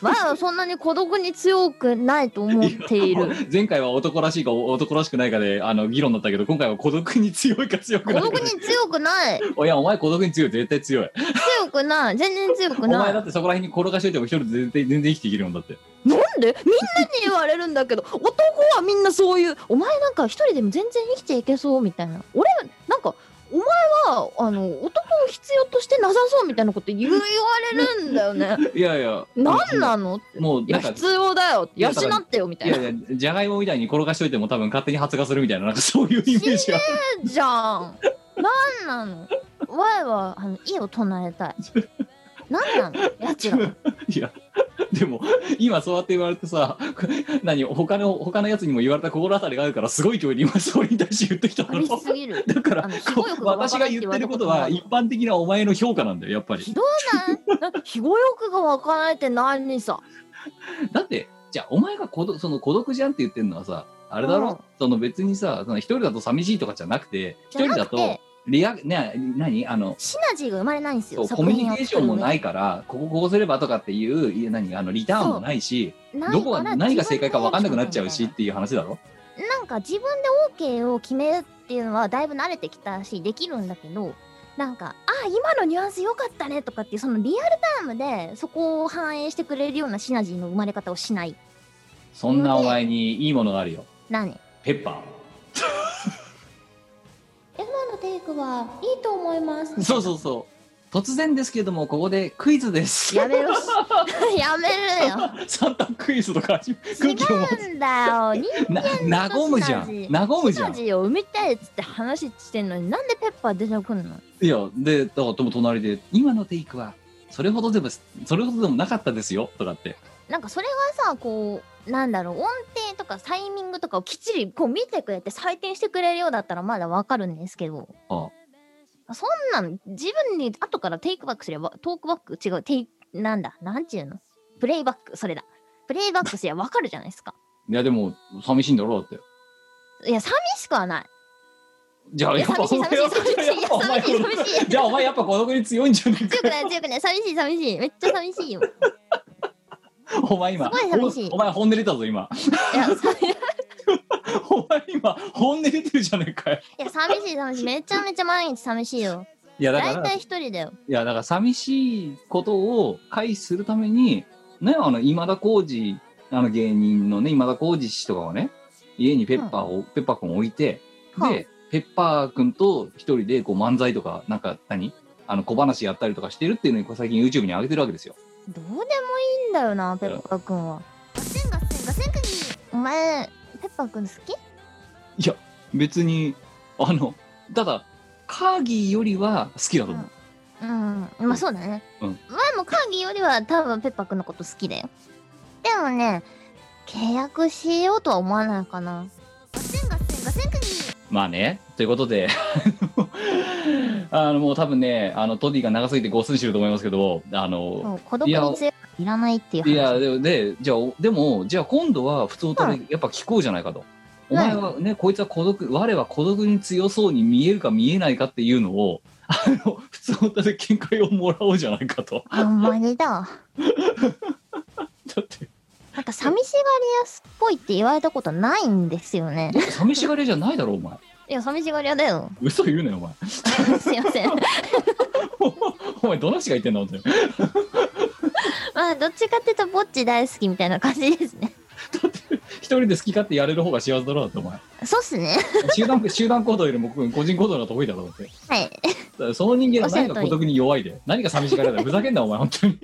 [SPEAKER 1] 前はそんなに孤独に強くないと思っている
[SPEAKER 2] 前回は男らしいか男らしくないかであの議論だったけど今回は孤独に強いか強く
[SPEAKER 1] 孤
[SPEAKER 2] ないか
[SPEAKER 1] 独に強くない
[SPEAKER 2] いやお前孤独に強い絶対強い
[SPEAKER 1] 強くない全然強
[SPEAKER 2] お
[SPEAKER 1] くな
[SPEAKER 2] 前
[SPEAKER 1] い
[SPEAKER 2] だ
[SPEAKER 1] な
[SPEAKER 2] ってそこら辺に転がしといても一人で全然全然生きていけるもんだって
[SPEAKER 1] んでみんなに言われるんだけど男はみんなそういうお前なんか一人でも全然生きていけそうみたいな俺なんかお前はあの男を必要としてなさそうみたいなこと言う言われるんだよね
[SPEAKER 2] いやいや
[SPEAKER 1] なんなのって
[SPEAKER 2] もう
[SPEAKER 1] いや
[SPEAKER 2] なんか
[SPEAKER 1] 必要だよ
[SPEAKER 2] いや
[SPEAKER 1] 養
[SPEAKER 2] だから
[SPEAKER 1] ってよみた
[SPEAKER 2] い
[SPEAKER 1] いな
[SPEAKER 2] やいやじゃがいもみたいに転がしといても多分勝手に発芽するみたいななんかそういうイメージが
[SPEAKER 1] じゃんなんなの我はあの家を唱えたいなんなのやちら
[SPEAKER 2] いやでも今そうやって言われてさ何他の他のやつにも言われた心当たりがあるからすごい距離で今それに対して言ってきただ
[SPEAKER 1] あ
[SPEAKER 2] ろ
[SPEAKER 1] りすぎる
[SPEAKER 2] だから
[SPEAKER 1] あの
[SPEAKER 2] こ
[SPEAKER 1] 非語欲がわ
[SPEAKER 2] 私
[SPEAKER 1] から
[SPEAKER 2] が
[SPEAKER 1] ないって
[SPEAKER 2] 言
[SPEAKER 1] 言
[SPEAKER 2] っ
[SPEAKER 1] わ
[SPEAKER 2] て
[SPEAKER 1] れた
[SPEAKER 2] る
[SPEAKER 1] こ
[SPEAKER 2] ことと
[SPEAKER 1] があ
[SPEAKER 2] は
[SPEAKER 1] る
[SPEAKER 2] 一般的なお前の評価なんだよやっぱり
[SPEAKER 1] ひどうなん非語欲がわからないって何さ
[SPEAKER 2] だってじゃあお前が孤独その孤独じゃんって言ってるのはさあれだろ、
[SPEAKER 1] うん
[SPEAKER 2] その別にさその一人だと寂しいとかじゃなくて一
[SPEAKER 1] じゃな
[SPEAKER 2] 人だ
[SPEAKER 1] くて
[SPEAKER 2] とリアね何あの
[SPEAKER 1] シナジーが生まれないんです
[SPEAKER 2] そ
[SPEAKER 1] よ
[SPEAKER 2] うコミュニケーションもないいからこここうすればとかっていういや何あのリターンもないしどこが何が正解か分かんなくなっちゃうしっていう話だろ
[SPEAKER 1] なんか自分で OK を決めるっていうのはだいぶ慣れてきたしできるんだけどなんか「あ今のニュアンス良かったね」とかっていうそのリアルタイムでそこを反映してくれるようなシナジーの生まれ方をしない
[SPEAKER 2] そんなお前にいいものがあるよ
[SPEAKER 1] 何
[SPEAKER 2] ペッパ
[SPEAKER 1] 今のテイクはいいと思います
[SPEAKER 2] ーそうそうそう突然ですけれどもここでクイズです
[SPEAKER 1] やめ ろしやめるよ
[SPEAKER 2] サンタクイズとか空気を持
[SPEAKER 1] 違うんだよ人
[SPEAKER 2] つな
[SPEAKER 1] 間
[SPEAKER 2] 和むじゃん和むじ
[SPEAKER 1] シ
[SPEAKER 2] ゃ
[SPEAKER 1] ナ
[SPEAKER 2] ん
[SPEAKER 1] ジーを生みたいっつって話してんのになんでペッパー出てくんの
[SPEAKER 2] いや、で、だから、でも隣で、今のテイクは、それほどでも、それほどでもなかったですよ、とかって。
[SPEAKER 1] なんかそれがさこうなんだろう音程とかタイミングとかをきっちりこう見てくれて採点してくれるようだったらまだわかるんですけど
[SPEAKER 2] あ
[SPEAKER 1] そんなの自分に後からテイクバックすればトークバック違うテイなんだなんちゅうのプレイバックそれだプレイバックすればわかるじゃないですか
[SPEAKER 2] いや、でも、寂しいんだろう、だって。
[SPEAKER 1] いや寂しくはない
[SPEAKER 2] じゃあ、
[SPEAKER 1] いや
[SPEAKER 2] やっぱ、
[SPEAKER 1] 寂しい寂しい寂しい
[SPEAKER 2] やっぱお前
[SPEAKER 1] 寂しい寂しい
[SPEAKER 2] じゃあ、お前やっぱ孤独に強いんじゃない
[SPEAKER 1] 強くない強くない寂しい寂しいめっちゃ寂しいよ
[SPEAKER 2] お前
[SPEAKER 1] す
[SPEAKER 2] 今、
[SPEAKER 1] ごい寂しい
[SPEAKER 2] おお前本音出たぞ、今。
[SPEAKER 1] いやさい
[SPEAKER 2] お前今、本音出てるじゃねえかよ。
[SPEAKER 1] や寂しい寂しいめちゃめちゃ毎日寂しいよ
[SPEAKER 2] いや、だか
[SPEAKER 1] 大
[SPEAKER 2] ら、
[SPEAKER 1] 体
[SPEAKER 2] い
[SPEAKER 1] 一人だよ
[SPEAKER 2] や、だから、寂しいことを回避するために、ね、あの、今田耕司、あの芸人のね、今田耕司氏とかはね、家にペッパーを、ペッパー君を置いて、
[SPEAKER 1] はい
[SPEAKER 2] で、ペッパー君と一人でこう漫才とか、なんか何あの小話やったりとかしてるっていうのにこう最近 YouTube に上げてるわけですよ。
[SPEAKER 1] どうでもいいんだよなペッパーくんはガセンガセンガセンクニーお前ペッパーくん好き
[SPEAKER 2] 別に、あの、ただ、カーギーよりは好きだと思う。
[SPEAKER 1] うんまあそうだね、
[SPEAKER 2] うん
[SPEAKER 1] 前もカーギーよりは多分ペッパーくんのこと好きだよでもね契約しようとは思わないかなガセンガセ
[SPEAKER 2] まあね、ということで、 あのもう多分ね、あのトディが長すぎてご寸してると思いますけど、あの、
[SPEAKER 1] もう孤独に強いからいらないっていう話。
[SPEAKER 2] いや、でもで、じゃあ、でも、じゃあ今度は普通お互いやっぱ聞こうじゃないかと。お前はね、こいつは孤独、我は孤独に強そうに見えるか見えないかっていうのを、あの、普通お互い見解をもらおうじゃないかと。
[SPEAKER 1] あんまりだ。
[SPEAKER 2] だって、
[SPEAKER 1] なんか寂しがり屋っぽいって言われたことないんですよね。
[SPEAKER 2] 寂しがりじゃないだろ、お前。
[SPEAKER 1] いや、寂しがり屋だよ。
[SPEAKER 2] 嘘言うなよ、お前。
[SPEAKER 1] すいま せん。
[SPEAKER 2] お前、どのしが言ってんだ、本当に。
[SPEAKER 1] まあ、どっちかっていうと、ぼっち大好きみたいな感じですね。
[SPEAKER 2] 一人で好き勝手やれる方が幸せだろ、だって、お前。
[SPEAKER 1] そうっすね。
[SPEAKER 2] 集団集団行動よりも個人行動の方が得意だろだって
[SPEAKER 1] はい。
[SPEAKER 2] だからその人間は
[SPEAKER 1] おっしゃる通
[SPEAKER 2] 何
[SPEAKER 1] り
[SPEAKER 2] か孤独に弱いで何か寂しがりだよふざけんなお前本当に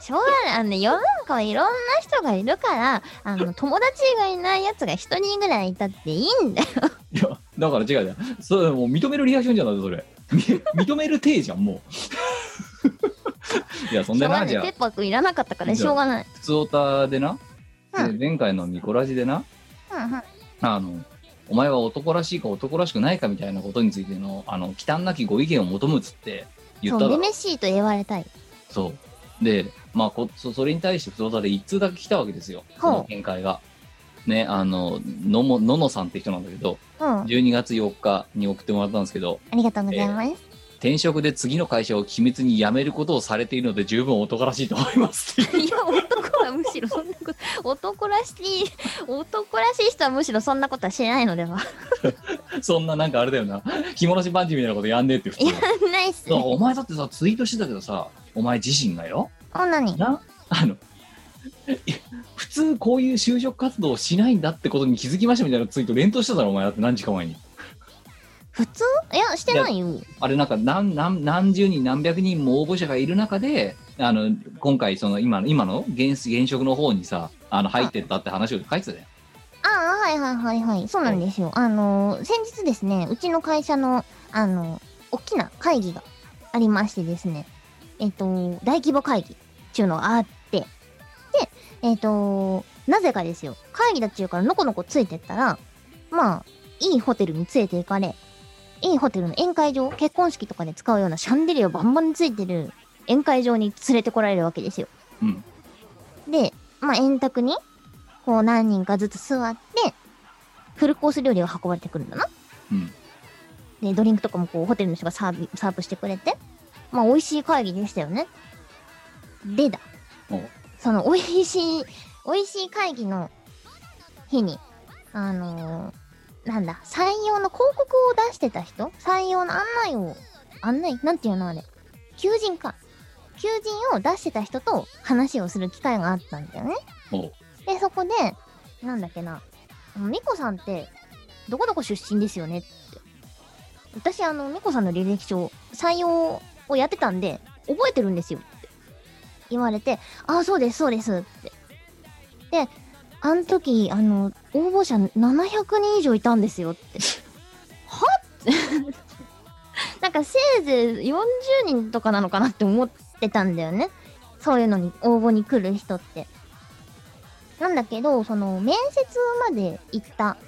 [SPEAKER 1] しょうがない。あのね、世の中はいろんな人がいるから、あ の、友達がいないやつが一人ぐらいいたっていいんだよ。
[SPEAKER 2] いやだから違うじゃんそれもう認めるリアクションじゃないそれみ 認める体じゃんも ういやそ
[SPEAKER 1] し
[SPEAKER 2] ん
[SPEAKER 1] ょ
[SPEAKER 2] で
[SPEAKER 1] うが
[SPEAKER 2] な
[SPEAKER 1] な
[SPEAKER 2] じ
[SPEAKER 1] い。
[SPEAKER 2] ゃあ
[SPEAKER 1] ペッパーくんいらなかったから、
[SPEAKER 2] じ
[SPEAKER 1] し
[SPEAKER 2] ゃあ
[SPEAKER 1] ょうがない。
[SPEAKER 2] 普通オタでな、で
[SPEAKER 1] うん
[SPEAKER 2] 前回のミコラジでな
[SPEAKER 1] うんうん。
[SPEAKER 2] あのお前は男らしいか男らしくないかみたいなことについてのあの忌憚なきご意見を求むっつって言
[SPEAKER 1] そ
[SPEAKER 2] っ
[SPEAKER 1] う、
[SPEAKER 2] ただ
[SPEAKER 1] め
[SPEAKER 2] ろ
[SPEAKER 1] めしいと言われたい。
[SPEAKER 2] そう。で、まあこそ、それに対して、不動産で一通だけ来たわけですよ、
[SPEAKER 1] ほう
[SPEAKER 2] その見解が。ね、あの、のも、ののさんって人なんだけど、
[SPEAKER 1] うん。あ
[SPEAKER 2] 12月4日に送ってもらったんですけど、
[SPEAKER 1] りがとうございます。
[SPEAKER 2] 転職で次の会社を秘密に辞めることをされているので、十分男らしいと思いますっていう
[SPEAKER 1] いや、男はむしろそんなこと、男らしい、男らしい人はむしろそんなことはしないのでは。
[SPEAKER 2] そんななんかあれだよな、着物しパンチみたいなことやんねえって普通。
[SPEAKER 1] やんないっす
[SPEAKER 2] そう
[SPEAKER 1] ね。
[SPEAKER 2] お前だってさ、ツイートしてたけどさ、お前自身がよ、
[SPEAKER 1] 女に。
[SPEAKER 2] な、あの、いや普通こういう就職活動をしないんだってことに気づきましたみたいなツイート連投してたろ、お前だって何時間前に。
[SPEAKER 1] 普通いや、してないよ。
[SPEAKER 2] あれなんか何何何十人何百人も応募者がいる中であの今回その今の今の現現職の方にさあの入ってったって話を書いてたじゃん
[SPEAKER 1] ああ、はいはいはいはい。そうなんですよ。あのー、先日ですね、うちの会社の、あのー、大きな会議がありましてですね、えっ、と、大規模会議っていうのがあって、で、えっ、と、なぜかですよ、会議だっちゅうからのこのこついてったら、まあ、いいホテルに連れて行かれ、いいホテルの宴会場、結婚式とかで使うようなシャンデリアバンバンについてる宴会場に連れてこられるわけですよ。
[SPEAKER 2] うん
[SPEAKER 1] で、まあ、円卓に、こう何人かずつ座って、フルコース料理が運ばれてくるんだな。
[SPEAKER 2] うん
[SPEAKER 1] で、ドリンクとかもこう、ホテルの人がサービサーブしてくれて、まあ、美味しい会議でしたよね。でだ
[SPEAKER 2] お。
[SPEAKER 1] その、美味しい、美味しい会議の日に、あのーなんだ、採用の広告を出してた人採用の案内を、案内なんていうのあれ求人か。求人を出してた人と話をする機会があったんだよね。
[SPEAKER 2] おう
[SPEAKER 1] で、そこで、なんだっけな、ミコさんって、どこどこ出身ですよねって。私、あの、ミコさんの履歴書、採用をやってたんで、覚えてるんですよって言われて、ああ、そうです、そうですって。で、あの時、あの、応募者700人以上いたんですよって。はって。なんかせいぜい40人とかなのかなって思ってたんだよね。そういうのに、応募に来る人って。なんだけど、その、面接まで行った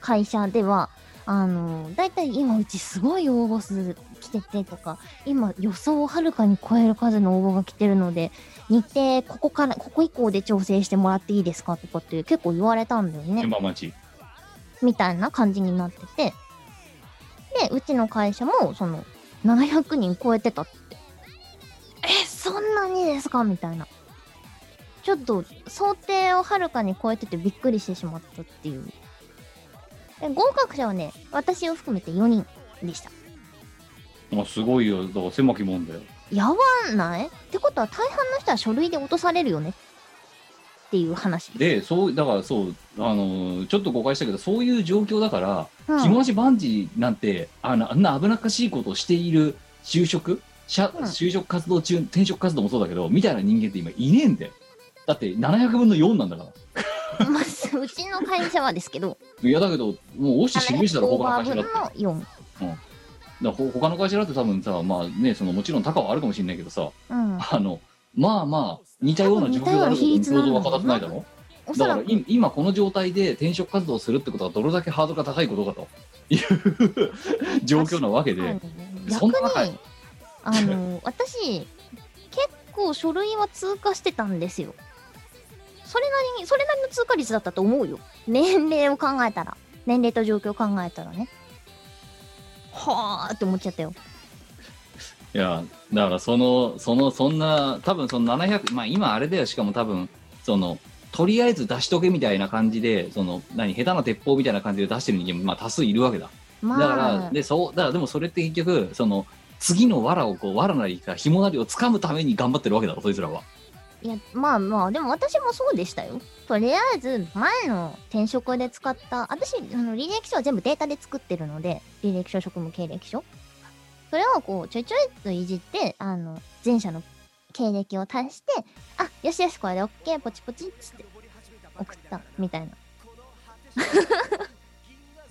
[SPEAKER 1] 会社では、あの、だいたい今うちすごい応募数来ててとか、今予想をはるかに超える数の応募が来てるので、日程ここから、ここ以降で調整してもらっていいですかとかって結構言われたんだよね。
[SPEAKER 2] 順番待ち
[SPEAKER 1] みたいな感じになってて、で、うちの会社も、その、700人超えてたって。え、そんなにですかみたいな。ちょっと、想定をはるかに超えててびっくりしてしまったっていう。で合格者はね、私を含めて4人でした。
[SPEAKER 2] まあすごいよだから狭きもんだよ
[SPEAKER 1] やばないってことは大半の人は書類で落とされるよねっていう話。
[SPEAKER 2] でそうだからそうあのちょっと誤解したけどそういう状況だから
[SPEAKER 1] うん
[SPEAKER 2] 着物しバンジーなんてあのあんな危なっかしいことをしている就職社
[SPEAKER 1] うん
[SPEAKER 2] 就職活動中転職活動もそうだけどみたいな人間って今いねえんだよだって700分の4なんだから
[SPEAKER 1] まあ、うちの会社はですけ ど、
[SPEAKER 2] いやだけどもう押して示したら
[SPEAKER 1] オー
[SPEAKER 2] 他
[SPEAKER 1] バ
[SPEAKER 2] の会社
[SPEAKER 1] ー
[SPEAKER 2] だ
[SPEAKER 1] 分
[SPEAKER 2] って
[SPEAKER 1] の4。
[SPEAKER 2] だからほ他の会社だって多分さまあねそのもちろん高はあるかもしれないけどさ
[SPEAKER 1] うん。
[SPEAKER 2] あのまあまあ似たような状況だろう
[SPEAKER 1] 多分似た
[SPEAKER 2] けど
[SPEAKER 1] ような比率なんだろう
[SPEAKER 2] 想像は語ってないだろ
[SPEAKER 1] おそ
[SPEAKER 2] だからら
[SPEAKER 1] く
[SPEAKER 2] い今この状態で転職活動をするってことはどれだけハードルが高いことかという状況なわけ
[SPEAKER 1] はい
[SPEAKER 2] で、
[SPEAKER 1] 逆
[SPEAKER 2] そんな中
[SPEAKER 1] にあの 私結構書類は通過してたんですよそれなりにそれなりの通過率だったと思うよ年齢を考えたら年齢と状況を考えたらねはあって思っちゃったよ
[SPEAKER 2] いやだからそのそのそんな多分その700まあ今あれだよしかも多分そのとりあえず出しとけみたいな感じでその何下手な鉄砲みたいな感じで出してる人間もまあ多数いるわけだだから、
[SPEAKER 1] まあ
[SPEAKER 2] でそうだからでもそれって結局その次の藁をこう藁なりか紐なりを掴むために頑張ってるわけだろそいつらはい
[SPEAKER 1] やまあまあでも私もそうでしたよとりあえず前の転職で使った私あの履歴書は全部データで作ってるので履歴書職務経歴書それをこうちょいちょいといじってあの前者の経歴を足してあよしよしこれで OK ポチポチっつって送ったみたい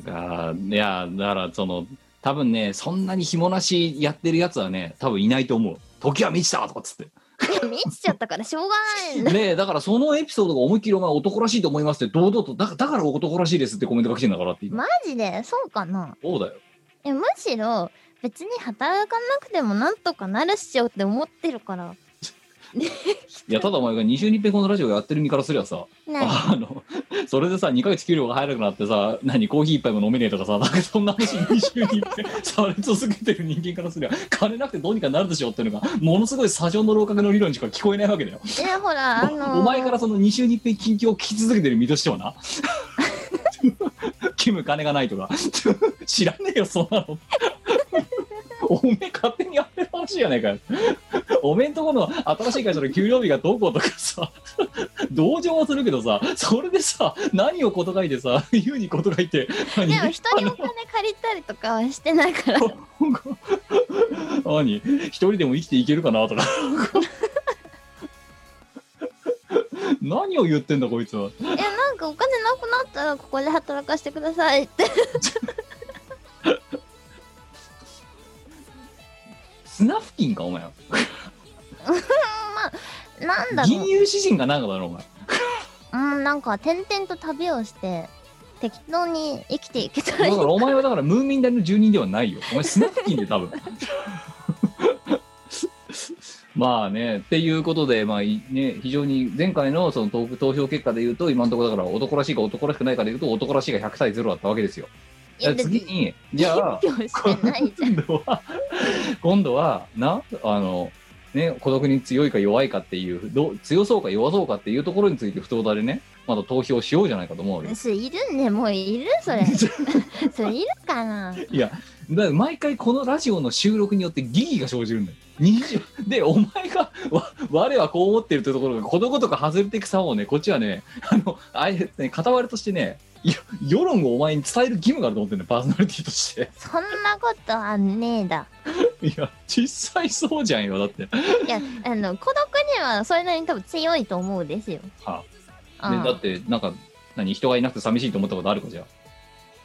[SPEAKER 1] な
[SPEAKER 2] あーいやだからその多分ねそんなに紐なしやってるやつはね多分いないと思う時は満ちたとかっつって
[SPEAKER 1] でも見つちゃったからしょうがない んだ
[SPEAKER 2] ねえだからそのエピソードが思いっきりお前男らしいと思いますって堂々とだだから男らしいですってコメントが来てんだからって
[SPEAKER 1] マジでそうかな
[SPEAKER 2] そうだよ
[SPEAKER 1] えむしろ別に働かなくてもなんとかなるっしょって思ってるから
[SPEAKER 2] いやただお前が二週に一遍このラジオやってる身からすりゃさ
[SPEAKER 1] ね
[SPEAKER 2] あのそれでさ2ヶ月給料が入らなくなってさ何コーヒー一杯も飲めねえとかさなんかそんな話2週に一遍され続けてる人間からすりゃ金なくてどうにかなるでしょっていうのがものすごい砂上の老角の理論にしか聞こえないわけだよ
[SPEAKER 1] えほらあのー
[SPEAKER 2] お前からその2週に一遍近況を聞き続けてる身としてはな キム金がないとか 知らねえよそんなのおめえ勝手にやってる話じゃねえかよおめえんとこの新しい会社の給料日がどうこうとかさ同情はするけどさそれでさ何を事書いてさ言うに事書いて何
[SPEAKER 1] でも人にお金借りたりとかはしてないから
[SPEAKER 2] 何一人でも生きていけるかなとか何を言ってんだこいつは
[SPEAKER 1] えなんかお金なくなったらここで働かせてくださいって
[SPEAKER 2] スナフキンかお前は
[SPEAKER 1] なんだろ
[SPEAKER 2] 銀
[SPEAKER 1] う
[SPEAKER 2] 融詩人がなんかだろお前
[SPEAKER 1] うんなんか転々と旅をして適当に生きていけたらいい
[SPEAKER 2] だからお前はだからムーミン谷の住人ではないよお前スナフキンで多分 まあねっていうことでまあいね非常に前回のその投投票結果で言うと今のところだから男らしいか男らしくないかで言うと男らしいが100対0だったわけですよ
[SPEAKER 1] いや別
[SPEAKER 2] 次
[SPEAKER 1] に
[SPEAKER 2] にじゃあ
[SPEAKER 1] 勉強してないじゃん
[SPEAKER 2] 今度は今度はなあのね孤独に強いか弱いかっていうどう強そうか弱そうかっていうところについて不当だでねまだ投票しようじゃないかと思うわけです
[SPEAKER 1] それいるねもういるそれそれいるかない
[SPEAKER 2] や だから毎回このラジオの収録によって疑義が生じ るんだよ20でお前がわ我はこう思ってるというところがこのことか外れていくさをねこっちはねあのあえてね片割れとしてねいや世論をお前に伝える義務があると思ってるんだよパーソナリティとして
[SPEAKER 1] そんなことはねえだ
[SPEAKER 2] いや実際そうじゃんよだって
[SPEAKER 1] いやあの孤独にはそれなりに多分強いと思うですよ
[SPEAKER 2] は
[SPEAKER 1] あ
[SPEAKER 2] ね、だってなんか何人がいなくて寂しいと思ったことあるかじゃ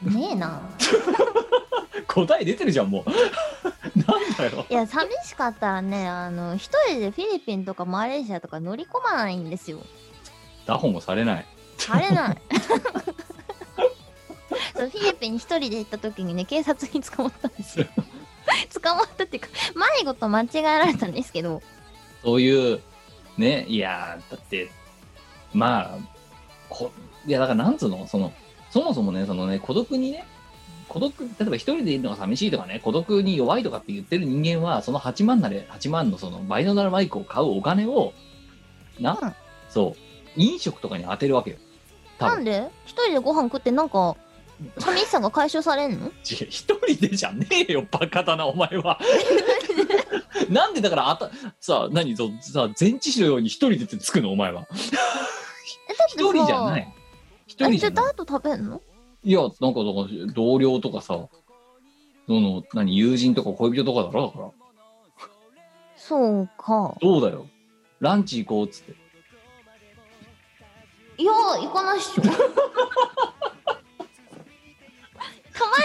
[SPEAKER 1] ねえな
[SPEAKER 2] あ答え出てるじゃんもう なんだよ
[SPEAKER 1] いや寂しかったらねあの一人でフィリピンとかマレーシアとか乗り込まないんですよ
[SPEAKER 2] 打歩もされない
[SPEAKER 1] 晴れ ないそうフィリピンに一人で行った時にね警察に捕まったんです よ捕まったっていうか迷子と間違えられたんですけど
[SPEAKER 2] そういうねいやーだってまあこいやだからなんつうのそのそもそもねそのね孤独にね孤独例えば一人でいるのが寂しいとかね孤独に弱いとかって言ってる人間はその8万なれ8万のそのバイノナルマイクを買うお金をな、
[SPEAKER 1] うん
[SPEAKER 2] そう飲食とかに当てるわけよ多
[SPEAKER 1] な
[SPEAKER 2] 分
[SPEAKER 1] んで一人でご飯食ってなんか寂しさが解消されんの
[SPEAKER 2] 違う一人でじゃねえよバカだなお前 はなんでだからあたさあ何ぞさ全知識のように一人でってつくのお前は 一人じゃない一人
[SPEAKER 1] え
[SPEAKER 2] じ
[SPEAKER 1] じゃ
[SPEAKER 2] ゃ
[SPEAKER 1] あ
[SPEAKER 2] ない
[SPEAKER 1] 誰と食べんの
[SPEAKER 2] いやなんかだから同僚とかさその何友人とか恋人とかだろだから
[SPEAKER 1] そうか
[SPEAKER 2] どうだよランチ行こうっつって
[SPEAKER 1] いや行かないっ しょた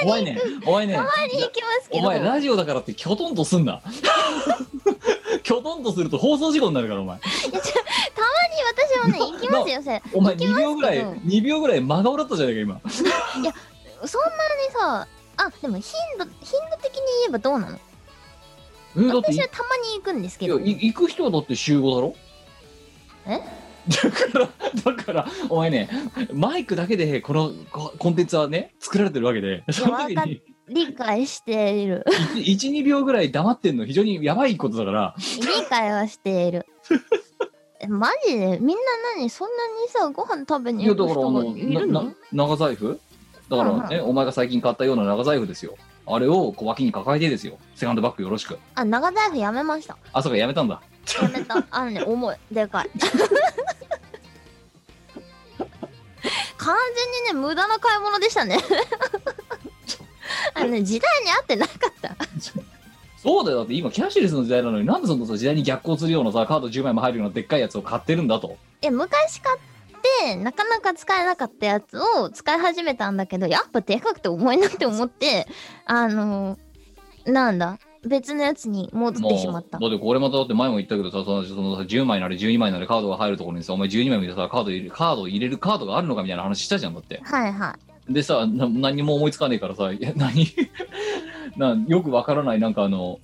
[SPEAKER 2] お
[SPEAKER 1] ま
[SPEAKER 2] 前
[SPEAKER 1] に
[SPEAKER 2] ねお前ね
[SPEAKER 1] たまに行きますけ
[SPEAKER 2] お
[SPEAKER 1] ど
[SPEAKER 2] 前ラジオだからってきょとんとすんな きょとんとすると放送事故になるからお前
[SPEAKER 1] いやちょたまに私もね行きますよそれ
[SPEAKER 2] お前
[SPEAKER 1] 行きますけ
[SPEAKER 2] 2
[SPEAKER 1] ど
[SPEAKER 2] 秒ぐらい2秒ぐらい真顔だったじゃないか今
[SPEAKER 1] そんなにさあでも頻度頻度的に言えばどうなの
[SPEAKER 2] えだってい
[SPEAKER 1] 私はたまに行くんですけ
[SPEAKER 2] い
[SPEAKER 1] ど
[SPEAKER 2] やい行く人はだって集合だろ
[SPEAKER 1] え
[SPEAKER 2] だからだからお前ねマイクだけでこのこコンテンツはね作られてるわけでその時
[SPEAKER 1] わかっ
[SPEAKER 2] に
[SPEAKER 1] 理解してい る
[SPEAKER 2] 12秒ぐらい黙ってんの非常にやばいことだから
[SPEAKER 1] 理解はしているえマジでみんな何そんなにさご飯食べ
[SPEAKER 2] い
[SPEAKER 1] に
[SPEAKER 2] や
[SPEAKER 1] 行く
[SPEAKER 2] だからあ
[SPEAKER 1] 人が
[SPEAKER 2] の
[SPEAKER 1] いる
[SPEAKER 2] な
[SPEAKER 1] の
[SPEAKER 2] な長財布だからね、お前が最近買ったような長財布ですよあれを小脇に抱えてですよセカンドバッグよろしく
[SPEAKER 1] あ長財布やめました
[SPEAKER 2] あそうかやめたんだ
[SPEAKER 1] やめたあのね重いでかい完全にね無駄な買い物でしたねあのね時代に合ってなかった
[SPEAKER 2] そうだよだって今キャッシュレスの時代なのになんでその時代に逆行するようなさカード10枚も入るようなでっかいやつを買ってるんだと
[SPEAKER 1] いや昔買ってなかなか使えなかったやつを使い始めたんだけどやっぱでかくて重いなって思ってあのーなんだ別のやつに戻ってしまった
[SPEAKER 2] もうだってこれまただって前も言ったけどさそのそのさ10枚なり12枚なりカードが入るところにさお前12枚見てさカード入れカード入れるカードがあるのかみたいな話したじゃんだって
[SPEAKER 1] はいは
[SPEAKER 2] でさな何にも思いつかねえからさいや何 なよくわからないなんかあの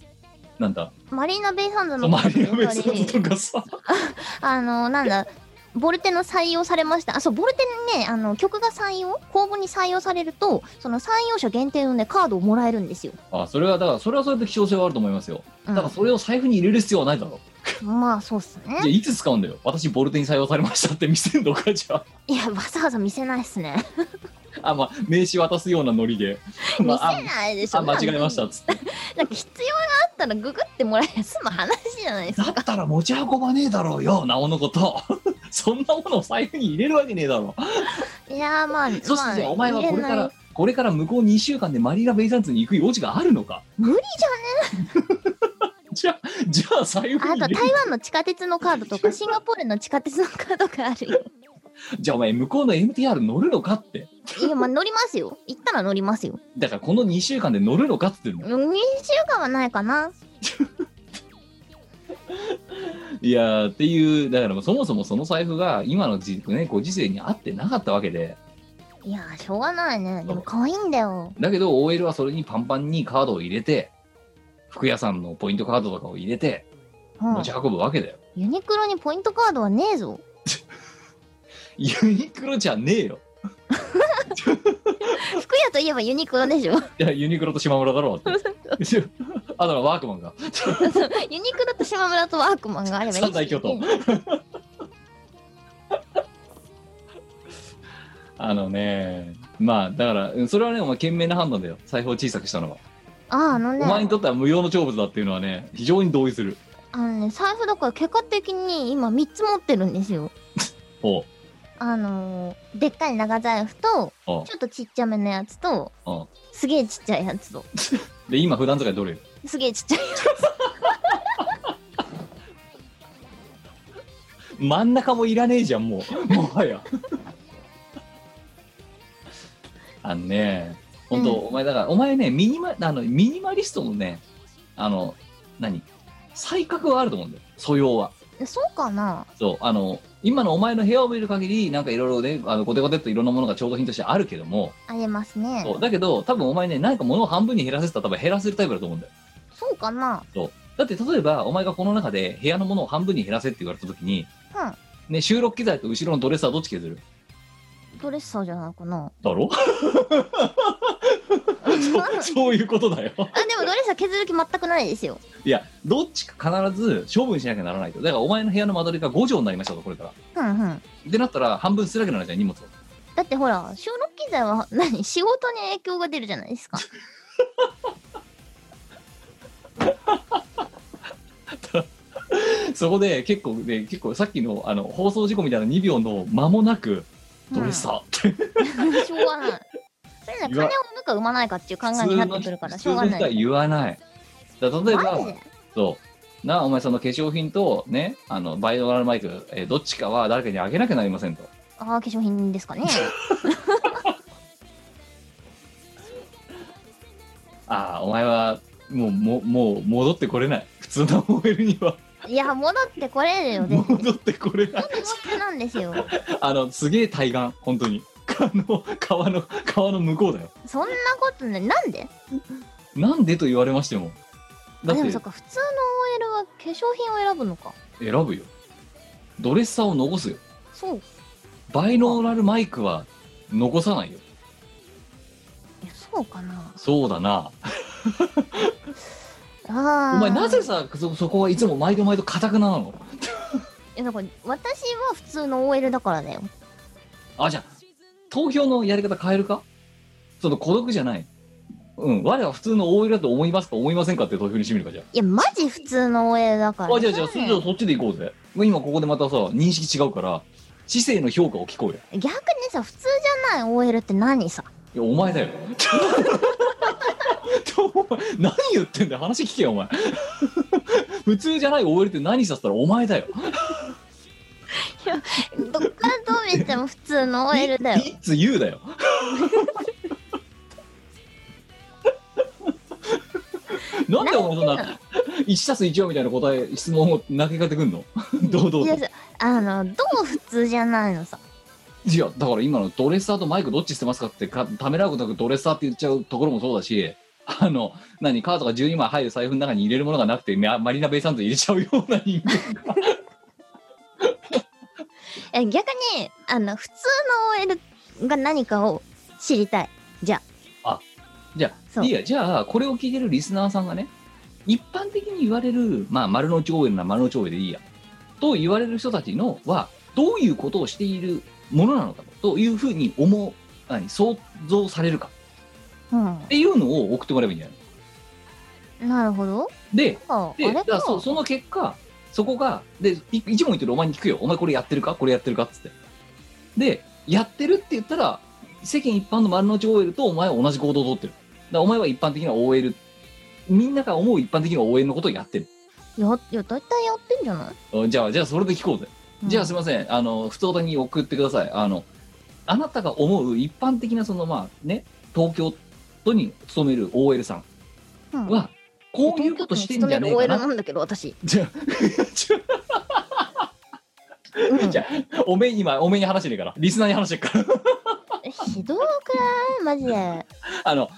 [SPEAKER 2] なんだ
[SPEAKER 1] いマリーナ・ベイ・サンズの
[SPEAKER 2] マ
[SPEAKER 1] カ
[SPEAKER 2] リ
[SPEAKER 1] ー
[SPEAKER 2] ア
[SPEAKER 1] ド
[SPEAKER 2] ベ
[SPEAKER 1] やっぱ
[SPEAKER 2] ス
[SPEAKER 1] り
[SPEAKER 2] とかさ
[SPEAKER 1] あのーなんだボルテの採用されましたあそうボルテにねあの曲が採用公募に採用されるとその採用者限定のねカードをもらえるんですよ、
[SPEAKER 2] あそれはだからそれはそれで希少性はあると思いますよ
[SPEAKER 1] う
[SPEAKER 2] だ
[SPEAKER 1] ん
[SPEAKER 2] からそれを財布に入れる必要はないだろ
[SPEAKER 1] まあそうっすね
[SPEAKER 2] じゃあいつ使うんだよ私ボルテに採用されましたって見せるのかじゃあ
[SPEAKER 1] いやわざわざ見せないっすね
[SPEAKER 2] あまあ名刺渡すようなノリで ま
[SPEAKER 1] 見
[SPEAKER 2] あ
[SPEAKER 1] せないでしょ
[SPEAKER 2] ああ間違えましたっつって
[SPEAKER 1] なんか必要があったらググってもらえば済む話じゃないです
[SPEAKER 2] だ
[SPEAKER 1] か。
[SPEAKER 2] ったら持ち運ばねえだろうよなおのこと そんなものを財布に入れるわけねえだろ
[SPEAKER 1] いやーまあ、
[SPEAKER 2] そしてじゃあお前はこれか
[SPEAKER 1] まあ
[SPEAKER 2] らこれから向こう2週間でマリラ・ベイサンズに行く余地があるのか
[SPEAKER 1] 無理
[SPEAKER 2] じゃあじゃあ財布
[SPEAKER 1] じゃ
[SPEAKER 2] に
[SPEAKER 1] ん。あと
[SPEAKER 2] 入 れ
[SPEAKER 1] 台湾の地下鉄のカードとかシンガポールの地下鉄のカードがあるよ。
[SPEAKER 2] じゃあお前向こうの MTR 乗るのかって
[SPEAKER 1] いやまあ乗りますよ。行ったら乗りますよ。
[SPEAKER 2] だからこの2週間で乗るのかっつってんの
[SPEAKER 1] 2週間はないかな。
[SPEAKER 2] いやーっていうだからもうそもそもその財布が今のじ、ね、ご時世に合ってなかったわけで
[SPEAKER 1] いやーしょうがないね。でも可愛いんだよ。
[SPEAKER 2] だけど OL はそれにパンパンにカードを入れて服屋さんのポイントカードとかを入れて
[SPEAKER 1] うん
[SPEAKER 2] 持ち運ぶわけだよ、
[SPEAKER 1] ユニクロにポイントカードはねえ ぞ。
[SPEAKER 2] ユニクロじゃねえよ。
[SPEAKER 1] 服屋といえばユニクロでしょ。ユ
[SPEAKER 2] いや、ユニクロと島村だろうって。 あだからワークマンが。
[SPEAKER 1] ニクロと島村とワークマンがあればいいし。
[SPEAKER 2] 三大巨頭あのね、まあ、だから、うんそれはね、お前、賢明な判断だよ。財布を小さくしたのは。
[SPEAKER 1] ああ、あのね。
[SPEAKER 2] お前にとっては無用の長物だっていうのはね、非常に同意する。
[SPEAKER 1] あのね、財布だから結果的に今3つ持ってるんですよ。
[SPEAKER 2] おう
[SPEAKER 1] あのー、でっかい長財布と、
[SPEAKER 2] おう
[SPEAKER 1] ちょっとちっちゃめのやつと、
[SPEAKER 2] おう
[SPEAKER 1] すげえちっちゃいやつと、
[SPEAKER 2] で、今、普段使いどれよ。
[SPEAKER 1] すげえちっちゃい。
[SPEAKER 2] 真ん中もいらねえじゃん、もう。 もはや。あのね、本当、
[SPEAKER 1] う
[SPEAKER 2] お前だから、お前ね、ミニマ、あの、ミニマリストのね、あの、何才覚はあると思うんだよ、素養は。
[SPEAKER 1] そうかな
[SPEAKER 2] そう、あの、今のお前の部屋を見る限り、なんかいろいろね、あの、ゴテゴテっといろんなものが調度品としてあるけども、
[SPEAKER 1] ありますね。
[SPEAKER 2] そうだけど、多分お前ね、何か物を半分に減らせてたら多分減らせるタイプだと思うんだよ。
[SPEAKER 1] そうかな
[SPEAKER 2] そう。だって例えば、お前がこの中で部屋のものを半分に減らせって言われた時に、
[SPEAKER 1] うん
[SPEAKER 2] ね、収録機材と後ろのドレッサーどっち削る
[SPEAKER 1] ドレッサーじゃないか な
[SPEAKER 2] だろ
[SPEAKER 1] あ、でもド
[SPEAKER 2] そうそういうことだよ。
[SPEAKER 1] レッサー削る気全くないですよ。
[SPEAKER 2] いや、どっちか必ず処分しなきゃならないと。だからお前の部屋の間取りが5畳になりましたと、これから。
[SPEAKER 1] ふんふん。
[SPEAKER 2] ってなったら、半分すらけならじゃん、荷物を。
[SPEAKER 1] だってほら、収録機材は何仕事に影響が出るじゃないですか。
[SPEAKER 2] そこで結構ね、結構さっきのあの放送事故みたいな2秒の間もなく、ドレッサーって、
[SPEAKER 1] うんしょうがない。それね、
[SPEAKER 2] 言
[SPEAKER 1] 金
[SPEAKER 2] わ
[SPEAKER 1] を生むか生まないかっていう考えになってくるから、
[SPEAKER 2] 普
[SPEAKER 1] しょ
[SPEAKER 2] 通
[SPEAKER 1] うが
[SPEAKER 2] の人
[SPEAKER 1] な。
[SPEAKER 2] はい言わない。だから例え
[SPEAKER 1] マジ
[SPEAKER 2] ば
[SPEAKER 1] で、
[SPEAKER 2] そう、なあ、お前その化粧品とね、あのバイオラルマイク、えーどっちかは誰かにあげなきゃなりませんと。
[SPEAKER 1] ああ、化粧品ですか ね。
[SPEAKER 2] ああ、お前はもうももう戻ってこれない。普通の OL には。
[SPEAKER 1] いや、戻ってこれるよ、全然。
[SPEAKER 2] 戻ってこれない
[SPEAKER 1] 本当なんですよ。
[SPEAKER 2] あのすげえ対岸本当にあの川の川の向こうだよ
[SPEAKER 1] そんなことね、なんで
[SPEAKER 2] なんでと言われましてもだ
[SPEAKER 1] あで
[SPEAKER 2] って
[SPEAKER 1] もそっか、普通の OL は化粧品を選ぶのか。
[SPEAKER 2] 選ぶよドレッサーを残すよ
[SPEAKER 1] そう。
[SPEAKER 2] バイノーラルマイクは残さないよ
[SPEAKER 1] いやそうかな。
[SPEAKER 2] そうだな
[SPEAKER 1] あ
[SPEAKER 2] お
[SPEAKER 1] あ。
[SPEAKER 2] 前なぜさそそこはいつも毎度毎度かたくななの
[SPEAKER 1] いや、だから、私は普通の OL だからだよ。
[SPEAKER 2] あじゃあ投票のやり方変えるかその孤独じゃないうん我は普通の OL だと思いますか思いませんかっていう投票にしてみるかじゃ
[SPEAKER 1] いや、マジ普通の OL だから。
[SPEAKER 2] ああじゃあじゃあ
[SPEAKER 1] そ
[SPEAKER 2] そ
[SPEAKER 1] れ
[SPEAKER 2] じゃあそっちで行こうぜもう今ここでまたさ認識違うから知性の評価を聞こうよ
[SPEAKER 1] 逆にさ、普通じゃない OL って何さ。
[SPEAKER 2] いやお前だよお前何言ってんだよ話聞けよお前普通じゃない OL って何させたらお前だよ
[SPEAKER 1] どっからどう見ても普通の OL だよ。
[SPEAKER 2] いつ言 うだよなんでお前そんな1たす1をみたいな答え質問を投げかけてくんの堂
[SPEAKER 1] い
[SPEAKER 2] 々
[SPEAKER 1] や
[SPEAKER 2] と、
[SPEAKER 1] あの、どう普通じゃないのさ。
[SPEAKER 2] いやだから今のドレッサーとマイクどっち捨てますかってかためらうことなくドレッサーって言っちゃうところもそうだしあの何カードが12枚入る財布の中に入れるものがなくてママリナ・ベイ・サンズ入れちゃうような人間 が
[SPEAKER 1] え逆に、あの、普通の OL が何かを知りたい。じゃ
[SPEAKER 2] じゃ
[SPEAKER 1] そ
[SPEAKER 2] あ
[SPEAKER 1] う
[SPEAKER 2] いいやじゃあこれを聞いてるリスナーさんがね一般的に言われるまあ丸の内 OL なら丸の内 OL でいいやと言われる人たちのはどういうことをしているものなのかというふうに思う何想像されるか
[SPEAKER 1] あ。う
[SPEAKER 2] っていうのを送ってもらえばいいんじゃない
[SPEAKER 1] ん。なるほど。
[SPEAKER 2] で
[SPEAKER 1] ああ
[SPEAKER 2] で
[SPEAKER 1] れ
[SPEAKER 2] だから
[SPEAKER 1] か。
[SPEAKER 2] そその結果そこがでい一問言ってるお前に聞くよお前これやってるかこれやってるかっつってでやってるって言ったら世間一般の丸の内 OL とお前は同じ行動をとってるだからお前は一般的な OL みんなが思う一般的な OL のことをやってる
[SPEAKER 1] や、いや、大体やってんじゃない
[SPEAKER 2] うんじゃあじゃあそれで聞こうぜ、
[SPEAKER 1] うん
[SPEAKER 2] じゃあすいませんあの普通歌に送ってくださいあのあなたが思う一般的なそのまあね東京都に勤める OL さ
[SPEAKER 1] うん
[SPEAKER 2] んはこういうことしてんじゃねえ
[SPEAKER 1] 勤
[SPEAKER 2] か
[SPEAKER 1] め
[SPEAKER 2] な
[SPEAKER 1] る OL なんだけど、私。
[SPEAKER 2] じゃあ
[SPEAKER 1] うん
[SPEAKER 2] じゃあおめえ今おめえに話してねえからリスナーに話してるから
[SPEAKER 1] ひどくないマジで。
[SPEAKER 2] あの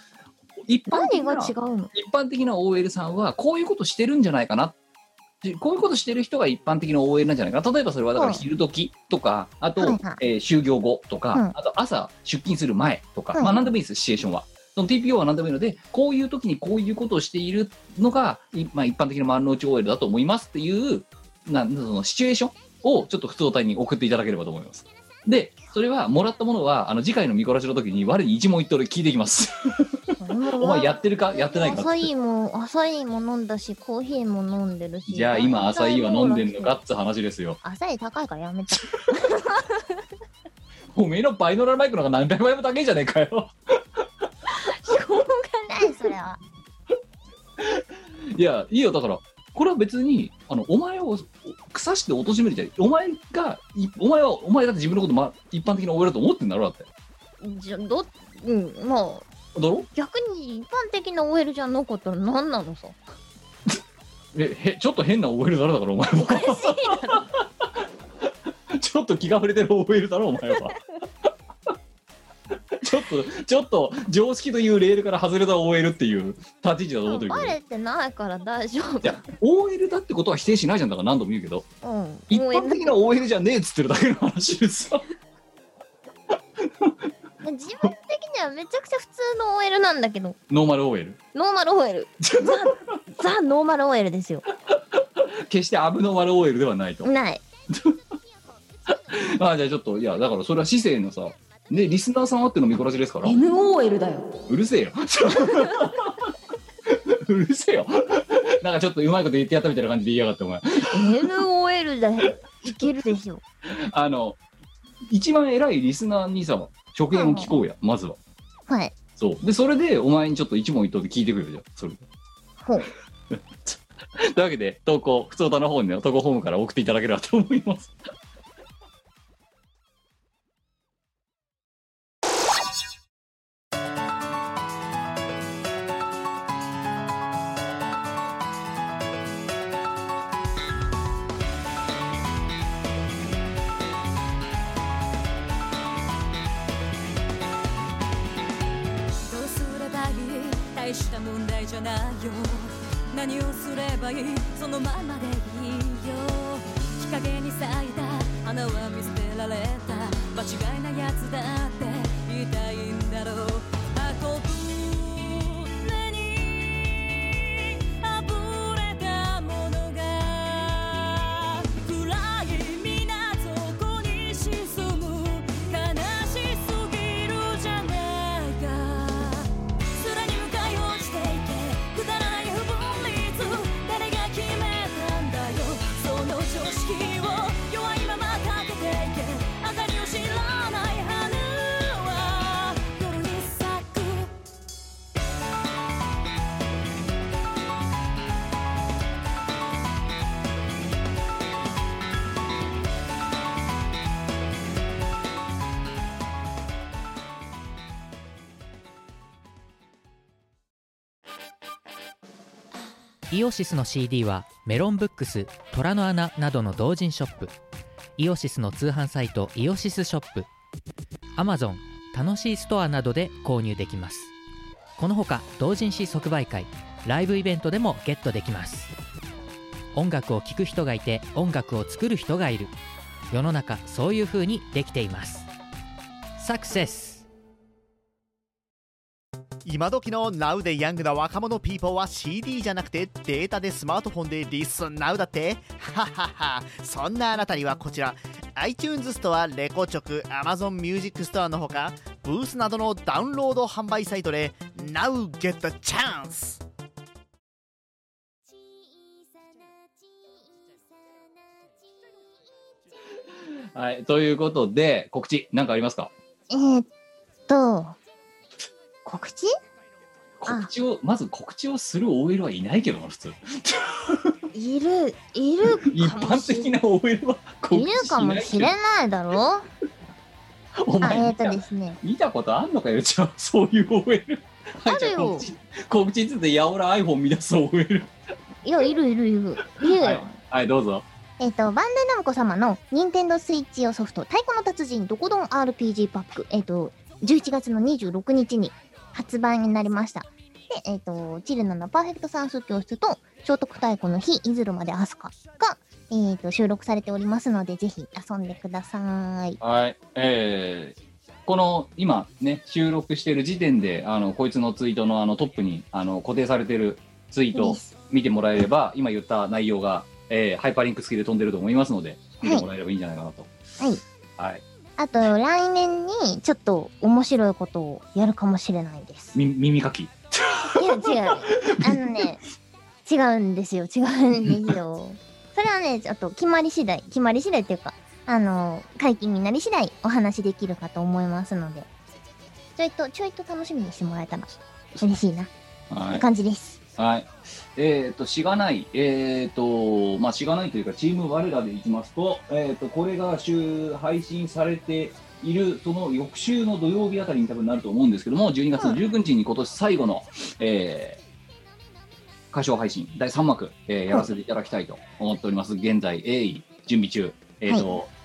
[SPEAKER 2] 一般的
[SPEAKER 1] 何が
[SPEAKER 2] な
[SPEAKER 1] 違う の
[SPEAKER 2] 一般的な OL さんはこういうことしてるんじゃないかなでこういうことしてる人が一般的な OL なんじゃないかな例えばそれはだから
[SPEAKER 1] うん
[SPEAKER 2] 昼時とか、あと、
[SPEAKER 1] はいはい
[SPEAKER 2] えー就業後とか、
[SPEAKER 1] うん
[SPEAKER 2] あと朝出勤する前とか、
[SPEAKER 1] はい
[SPEAKER 2] まあ何でもいいですシチュエーションは。その TPO は何でもいいのでこういう時にこういうことをしているのが、いまあ、一般的な丸の内 OL だと思いますっていうなんそのシチュエーションをちょっと普通体に送っていただければと思います。でそれはもらったものはあの次回の見殺しの時に我に一問一答で聞いていきます。お前やってるかやってないかっつって
[SPEAKER 1] アサイーも、アサイーも飲んだし、コーヒーも飲んでるし。
[SPEAKER 2] じゃあ今朝イは飲んでんのかっつ話ですよ。
[SPEAKER 1] アサイー高いからやめ た。
[SPEAKER 2] おめえのバイノーラルマイクの方が何百倍も高いじゃねえかよ。
[SPEAKER 1] しょうがない、それは。
[SPEAKER 2] いや、いいよ、だから、これは別に、あの、お前を腐して貶めるじゃん。お前が、いお前は、お前だって自分のこと、ま、一般的な OL だと思ってんだろ、だって。
[SPEAKER 1] じゃ、ど、うん、まあ、
[SPEAKER 2] だろ
[SPEAKER 1] 逆に一般的な OL じゃなかったら何なのさ。
[SPEAKER 2] え、へ、ちょっと変な OL だろ、だから、お前
[SPEAKER 1] おかし
[SPEAKER 2] は。
[SPEAKER 1] いだろ。
[SPEAKER 2] ちょっと気が触れてる OL だろ、お前 は。ちょっと、ちょっと、常識というレールから外れた OL っていう立ち位置だと思ってるけ
[SPEAKER 1] バ
[SPEAKER 2] ど。
[SPEAKER 1] レてないから大丈夫。
[SPEAKER 2] いや、OL だってことは否定しないじゃん、だから何度も言うけど。
[SPEAKER 1] うん。
[SPEAKER 2] 一般的な OL じゃねえっつってるだけの話ですよ。
[SPEAKER 1] 自分的にはめちゃくちゃ普通の OL なんだけど。
[SPEAKER 2] ノーマル OL。
[SPEAKER 1] ノーマル OL。ザ・ザ・ノーマル OL ですよ。
[SPEAKER 2] 決してアブノーマル OL ではないと。
[SPEAKER 1] ない。
[SPEAKER 2] ああじゃあちょっと、いや、だからそれは市政のさ、ね、リスナーさんあっての見こらしですから、
[SPEAKER 3] NOL だよ
[SPEAKER 2] うるせえよ。 うるせえよ。なんかちょっとうまいこと言ってやったみたいな感じで言いやがって、お前。
[SPEAKER 1] NOL だよ。いけるでしょ。
[SPEAKER 2] あの、一番偉いリスナーにさ、職言を聞こうや、まずは。
[SPEAKER 1] はい。
[SPEAKER 2] そう。で、それで、お前にちょっと一問一答で聞いてくれるじゃん、それ。
[SPEAKER 1] ほう。
[SPEAKER 2] というわけで、投稿、普通歌の方にね、投稿ホームから送っていただければと思います。
[SPEAKER 4] 大した問題じゃないよ何をすればいいそのままでいいよ日陰に咲いた花は見捨てられた間違いなやつだって言いたいんだろう運ぶ目にあぶれたものが暗い港に沈む悲しすぎるじゃないか空に向かい落ちていけくだらない不分率誰が決めたんだよその常識を弱いままかけていけあたりを知らない花は夜に咲く
[SPEAKER 5] イオシスの CD はメロンブックス、虎の穴などの同人ショップイオシスの通販サイトイオシスショップ Amazon 楽しいストアなどで購入できますこのほか同人誌即売会ライブイベントでもゲットできます音楽を聴く人がいて音楽を作る人がいる世の中そういう風にできていますサクセス
[SPEAKER 6] 今時の Now でヤングな若者ピーポーは CD じゃなくてデータでスマートフォンでリスン Now だってはははそんなあなたにはこちら iTunes ストア、レコチョク、Amazon Music ストアのほかブースなどのダウンロード販売サイトで Now get the chance!
[SPEAKER 2] はい、ということで、告知、何かありますか
[SPEAKER 1] えー、っと、告知
[SPEAKER 2] 告知を、まず告知をする OL はいないけどな、普通。
[SPEAKER 1] いる、いる
[SPEAKER 2] 一
[SPEAKER 1] かも
[SPEAKER 2] 般
[SPEAKER 1] し
[SPEAKER 2] 的な OL は告
[SPEAKER 1] い
[SPEAKER 2] 知
[SPEAKER 1] る
[SPEAKER 2] し
[SPEAKER 1] か
[SPEAKER 2] な
[SPEAKER 1] も
[SPEAKER 2] い
[SPEAKER 1] し
[SPEAKER 2] けど
[SPEAKER 1] れないだろ
[SPEAKER 2] お
[SPEAKER 1] あ、
[SPEAKER 2] 前
[SPEAKER 1] えー、っ
[SPEAKER 2] 見た
[SPEAKER 1] とですね。
[SPEAKER 2] 見たことあんのかよ、じゃあ、そういう OL。はい、
[SPEAKER 1] あるよ
[SPEAKER 2] じゃ告知、告知つって、やおら iPhone 見出す OL。
[SPEAKER 1] いや、いるいるいる。いるよ。
[SPEAKER 2] はい、はい、どうぞ。
[SPEAKER 1] えっ、と、バンダイナムコ様の任天堂スイッチ用ソフト、太鼓の達人、どこどん RPG パック、えっ、と、11月の26日に発売になりました。で、えっ、と、チルナのパーフェクト算数教室と、聖徳太鼓の日、いずるまでアスカが、えっ、と、収録されておりますので、ぜひ遊んでください。
[SPEAKER 2] はい、えーこの今ね収録してる時点であのこいつのツイートのあのトップにあの固定されてるツイートを見てもらえれば今言った内容が、えーハイパーリンク付きで飛んでると思いますので見てもらえればいいんじゃないかなと。
[SPEAKER 1] はい
[SPEAKER 2] はい、
[SPEAKER 1] あと、来年にちょっと面白いことをやるかもしれないです。
[SPEAKER 2] み耳かき
[SPEAKER 1] いや違う。あのね、違うんですよ。違うんですよ。それはね、ちょっと決まり次第、決まり次第っていうか、あの、解禁になり次第お話できるかと思いますので、ちょいと、ちょいと楽しみにしてもらえたら嬉しいな、
[SPEAKER 2] は
[SPEAKER 1] って
[SPEAKER 2] い、
[SPEAKER 1] 感じです。
[SPEAKER 2] はい、えっ、としがないえっ、とまあしがないというかチーム我らでいきますとえっ、とこれが週配信されているその翌週の土曜日あたりに多分なると思うんですけども12月の19日に今年最後の、えー歌唱配信第3幕、えーやらせていただきたいと思っております現在鋭意準備中えっ、と、えー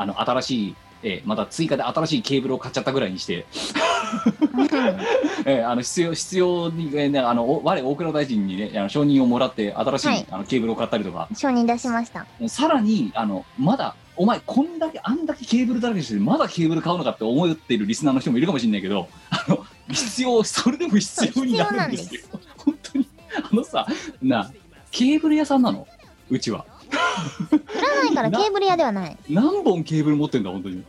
[SPEAKER 2] あの新しい、えーまた追加で新しいケーブルを買っちゃったぐらいにしてえーあの必要必要に、えーね、あのお我大蔵大臣にねあの承認をもらって新しい、
[SPEAKER 1] はい
[SPEAKER 2] あのケーブルを買ったりとか
[SPEAKER 1] 承認出しました。
[SPEAKER 2] さらにあのまだお前こんだけあんだけケーブルだらけにしてまだケーブル買うのかって思っているリスナーの人もいるかもしれないけどあの必要それでも必要になるんですよ
[SPEAKER 1] 必
[SPEAKER 2] 本当にあのさなあケーブル屋さんなのうちは
[SPEAKER 1] ないからケーブル屋ではない。
[SPEAKER 2] 何本ケーブル持ってんだ本当に
[SPEAKER 1] い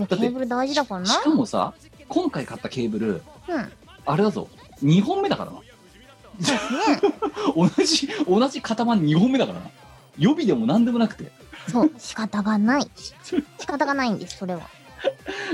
[SPEAKER 1] や、ケ
[SPEAKER 2] だって
[SPEAKER 1] ーブル大事だからな
[SPEAKER 2] し。かもさ今回買ったケーブル
[SPEAKER 1] うん。ね
[SPEAKER 2] あれだぞ2本目だからな 同じ同じ型番2本目だからな予備でも何でもなくて
[SPEAKER 1] そう、仕方がない。仕方がないんです、それは。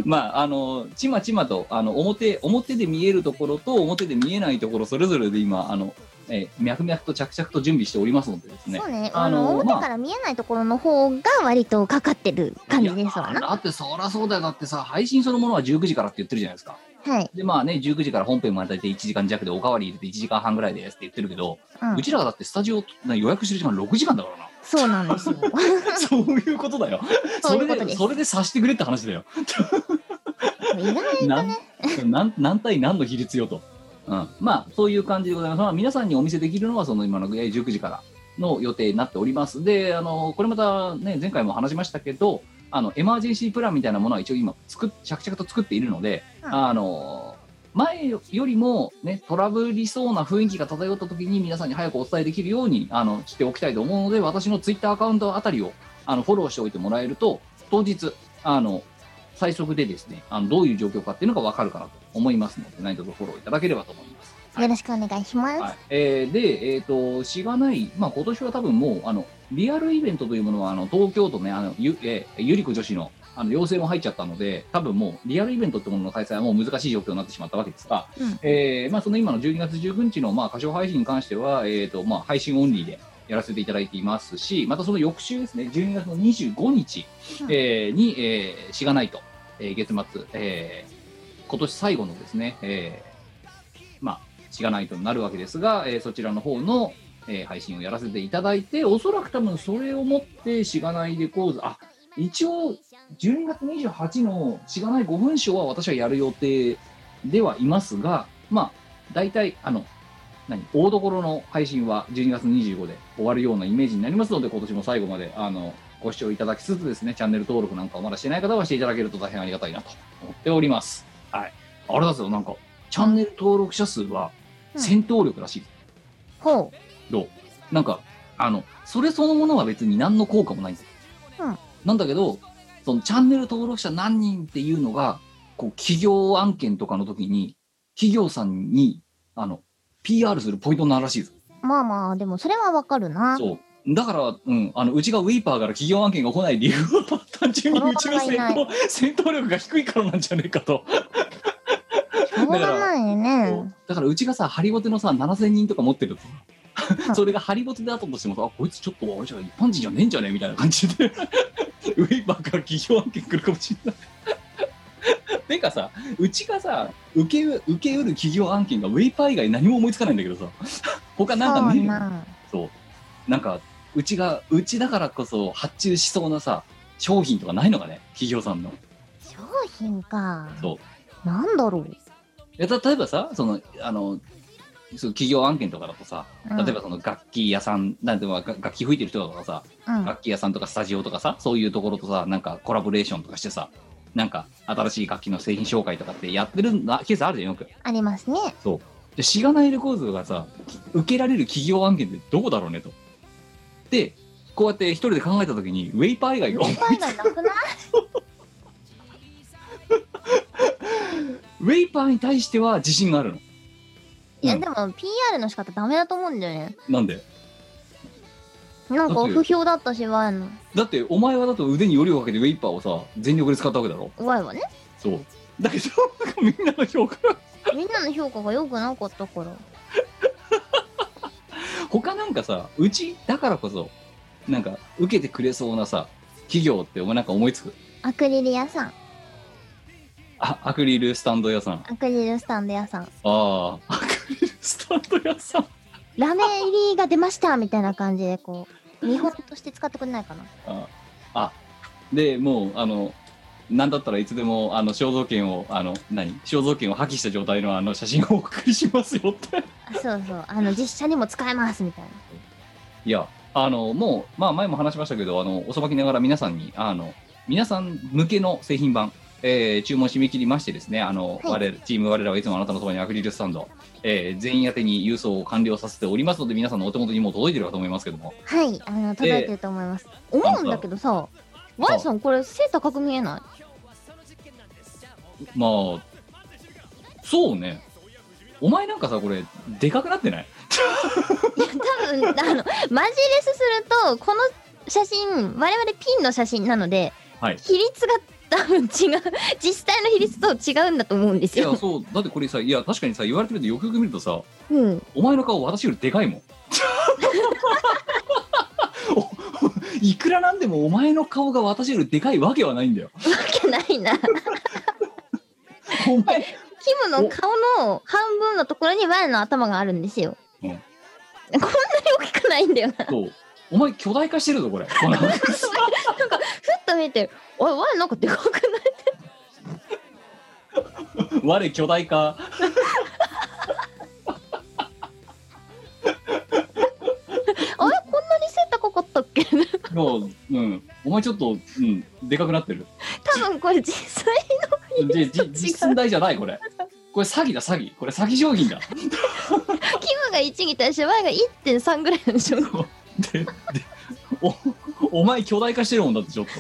[SPEAKER 2] まああのちまちまとあの表表で見えるところと表で見えないところそれぞれで今あの、えー脈々と着々と準備しておりますのでですね
[SPEAKER 1] そうね、
[SPEAKER 2] あ
[SPEAKER 1] あ
[SPEAKER 2] の
[SPEAKER 1] の、
[SPEAKER 2] まあ
[SPEAKER 1] 表から見えないところの方が割とかかってる感じですわ
[SPEAKER 2] いや
[SPEAKER 1] な。
[SPEAKER 2] だってそりゃそうだよだってさ配信そのものは19時からって言ってるじゃないですか
[SPEAKER 1] はい。
[SPEAKER 2] でまあね19時から本編まで大体1時間弱でおかわり入れて1時間半ぐらいですって言ってるけど、
[SPEAKER 1] う。
[SPEAKER 2] うんちらがだってスタジオな予約してる時間6時間だから な
[SPEAKER 1] そうなんですよ。
[SPEAKER 2] そういうことだよ
[SPEAKER 1] そういうこ
[SPEAKER 2] れ
[SPEAKER 1] とで
[SPEAKER 2] ですそれで察してくれって話だよ
[SPEAKER 1] 意外
[SPEAKER 2] なんなん何対何の比率よと。うん、まあそういう感じでございます、まあ、皆さんにお見せできるのはその今のえー19時からの予定になっておりますであのこれまたね前回も話しましたけどあのエマージェンシープランみたいなものは一応今作っ着々と作っているので、
[SPEAKER 1] うん
[SPEAKER 2] あの前よりも、ね、トラブりそうな雰囲気が漂った時に皆さんに早くお伝えできるようにあのしておきたいと思うので私のツイッターアカウントあたりをあのフォローしておいてもらえると当日あの最速でですねあのどういう状況かっていうのが分かるかなと思いますので何卒フォローいただければと思います。
[SPEAKER 1] よろしくお願いします。
[SPEAKER 2] はいえーで、えーと、しがない、まあ、今年は多分もうあのリアルイベントというものはあの東京都ねあのゆ,、えーゆりこ女子のあの要請も入っちゃったので多分もうリアルイベントってものの開催はもう難しい状況になってしまったわけですが、
[SPEAKER 1] うん
[SPEAKER 2] えーまあ、その今の12月19日の、まあ、歌唱配信に関しては、えーとまあ、配信オンリーでやらせていただいていますしまたその翌週ですね12月の25日、
[SPEAKER 1] うん
[SPEAKER 2] えーに、えーしがないと、えー月末、えー今年最後のですね、えーまあ、しがないとなるわけですが、えーそちらの方の、えー配信をやらせていただいて、おそらく多分それをもって、しがないレコーズ、あ一応、12月28のしがない5分賞は私はやる予定ではいますが、まあ、大体、あの、何大所の配信は12月25で終わるようなイメージになりますので、今年も最後まで、あの、ご視聴いただきつつですね、チャンネル登録なんかをまだしてない方はしていただけると大変ありがたいなと思っております。はい。あれだぞ、なんか、チャンネル登録者数は
[SPEAKER 1] うん
[SPEAKER 2] 戦闘力らしい。
[SPEAKER 1] ほ
[SPEAKER 2] どうなんか、あの、それそのものは別に何の効果もないんですよ。
[SPEAKER 1] うん
[SPEAKER 2] なんだけど、そのチャンネル登録者何人っていうのが、こう、企業案件とかの時に、企業さんに、あの、PR するポイントになるらしいです。
[SPEAKER 1] う。まあまあ、でもそれはわかるな。
[SPEAKER 2] そう。だから、うん、あの、うちがウィーパーから企業案件が来ない理由は、単純にうちの
[SPEAKER 1] フ
[SPEAKER 2] 戦
[SPEAKER 1] ォロ
[SPEAKER 2] 闘、戦闘力が低いからなんじゃねえかと。
[SPEAKER 1] しょうがないよね。
[SPEAKER 2] だからうちがさ、ハリボテのさ、7000人とか持ってると、それがハリボテであったとしてもさ、あ、こいつちょっとあれじゃん一般人じゃねえんじゃねえみたいな感じで、ウェイバーから企業案件来るかもしれない。てかさ、うちがさ、受けう、受けうる企業案件がウェイパー以外何も思いつかないんだけどさ、他なんか
[SPEAKER 1] そう
[SPEAKER 2] ねえの
[SPEAKER 1] な。
[SPEAKER 2] そう。なんか、うちが、うちだからこそ発注しそうなさ、商品とかないのかね、企業さんの。
[SPEAKER 1] 商品か。
[SPEAKER 2] そう。
[SPEAKER 1] なんだろう。
[SPEAKER 2] いやた例えばさそのあのそう企業案件とかだとさ
[SPEAKER 1] うん
[SPEAKER 2] 例えばその楽器屋さん、なんていうのが楽器吹いてる人だとかさ、
[SPEAKER 1] うん。
[SPEAKER 2] 楽器屋さんとかスタジオとかさそういうところとさなんかコラボレーションとかしてさなんか新しい楽器の製品紹介とかってやってるなケースあるじゃんよく
[SPEAKER 1] あります ね。
[SPEAKER 2] でしがないレコーズがさき受けられる企業案件ってどこだろうねとでこうやって一人で考えた時にウェイパー以外が
[SPEAKER 1] 失敗がなくない
[SPEAKER 2] ウェイパーに対しては自信があるの
[SPEAKER 1] いや、
[SPEAKER 2] うん
[SPEAKER 1] でも PR の仕方ダメだと思うんだよね。
[SPEAKER 2] なんで
[SPEAKER 1] なん
[SPEAKER 2] だ
[SPEAKER 1] か
[SPEAKER 2] って
[SPEAKER 1] 不評だったし、ワイの。
[SPEAKER 2] だってお前はだと腕によりをかけてウェイパーをさ全力で使ったわけだろ
[SPEAKER 1] ワイはね。
[SPEAKER 2] そう。だけど、みんなの評価が
[SPEAKER 1] みんなの評価が良くなかったから。
[SPEAKER 2] 他なんかさ、うちだからこそ、なんか、受けてくれそうなさ、企業ってお前なんか思いつく
[SPEAKER 1] アクリル屋さん。
[SPEAKER 2] あ、アクリルスタンド屋さん。あ
[SPEAKER 1] アクリルスタンド屋さん。
[SPEAKER 2] あー、アクリルスタンド屋さん。
[SPEAKER 1] ラメ入りが出ましたみたいな感じで、こう、見本として使ってくれないかな。
[SPEAKER 2] ああ、で、もう、あの、なんだったらいつでも、あの、肖像権を、あの、何肖像権を破棄した状態のあの写真をお送りしますよって。
[SPEAKER 1] あそうそう。あの、実写にも使えますみたいな。
[SPEAKER 2] いや、あの、もう、まあ前も話しましたけど、あの、おさばきながら皆さんに、あの、皆さん向けの製品版、えー注文締め切りましてですね、あの、
[SPEAKER 1] はい
[SPEAKER 2] 我々チーム我らはいつもあなたのそばにアクリルスタンド、えー全員宛てに郵送を完了させておりますので、皆さんのお手元にもう届いてるかと思いますけども、
[SPEAKER 1] はい、あの、届いてると思います。思うんだけどさ、ワイさんこれ背高く見えない
[SPEAKER 2] まあ、そうね。お前なんかさ、これ、でかくなってない
[SPEAKER 1] いや多分あのマジレスするとこの写真我々ピンの写真なので、
[SPEAKER 2] はい
[SPEAKER 1] 比率が多分違う実際の比率と違うんだと思うんです
[SPEAKER 2] いや、
[SPEAKER 1] よ。
[SPEAKER 2] そう、だってこれさ、いや、確かにさ、言われてみると、よくよく見るとさ、
[SPEAKER 1] うん、
[SPEAKER 2] お前の顔私よりでかいもん おいくらなんでもお前の顔が私よりでかいわけはないんだよ
[SPEAKER 1] ないな。キ
[SPEAKER 2] お前
[SPEAKER 1] ムの顔の半分のところにワイの頭があるんですよ。
[SPEAKER 2] うん
[SPEAKER 1] こんなに大きくないんだよな。ふっ
[SPEAKER 2] そうお前巨大化してるぞこれ この
[SPEAKER 1] と見て、おい、ワイなんかでかく ない
[SPEAKER 2] 我巨大化そう、うん。お前ちょっと、うん、でかくなってる。
[SPEAKER 1] 多分これ実際
[SPEAKER 2] で、じ実寸大じゃない、これ。これ詐欺だ、詐欺。これ詐欺商品だ。
[SPEAKER 1] キムが1に対して Y が1.3ぐらいなんでしょうね
[SPEAKER 2] で、で、お、お前巨大化してるもんだって、ちょっと。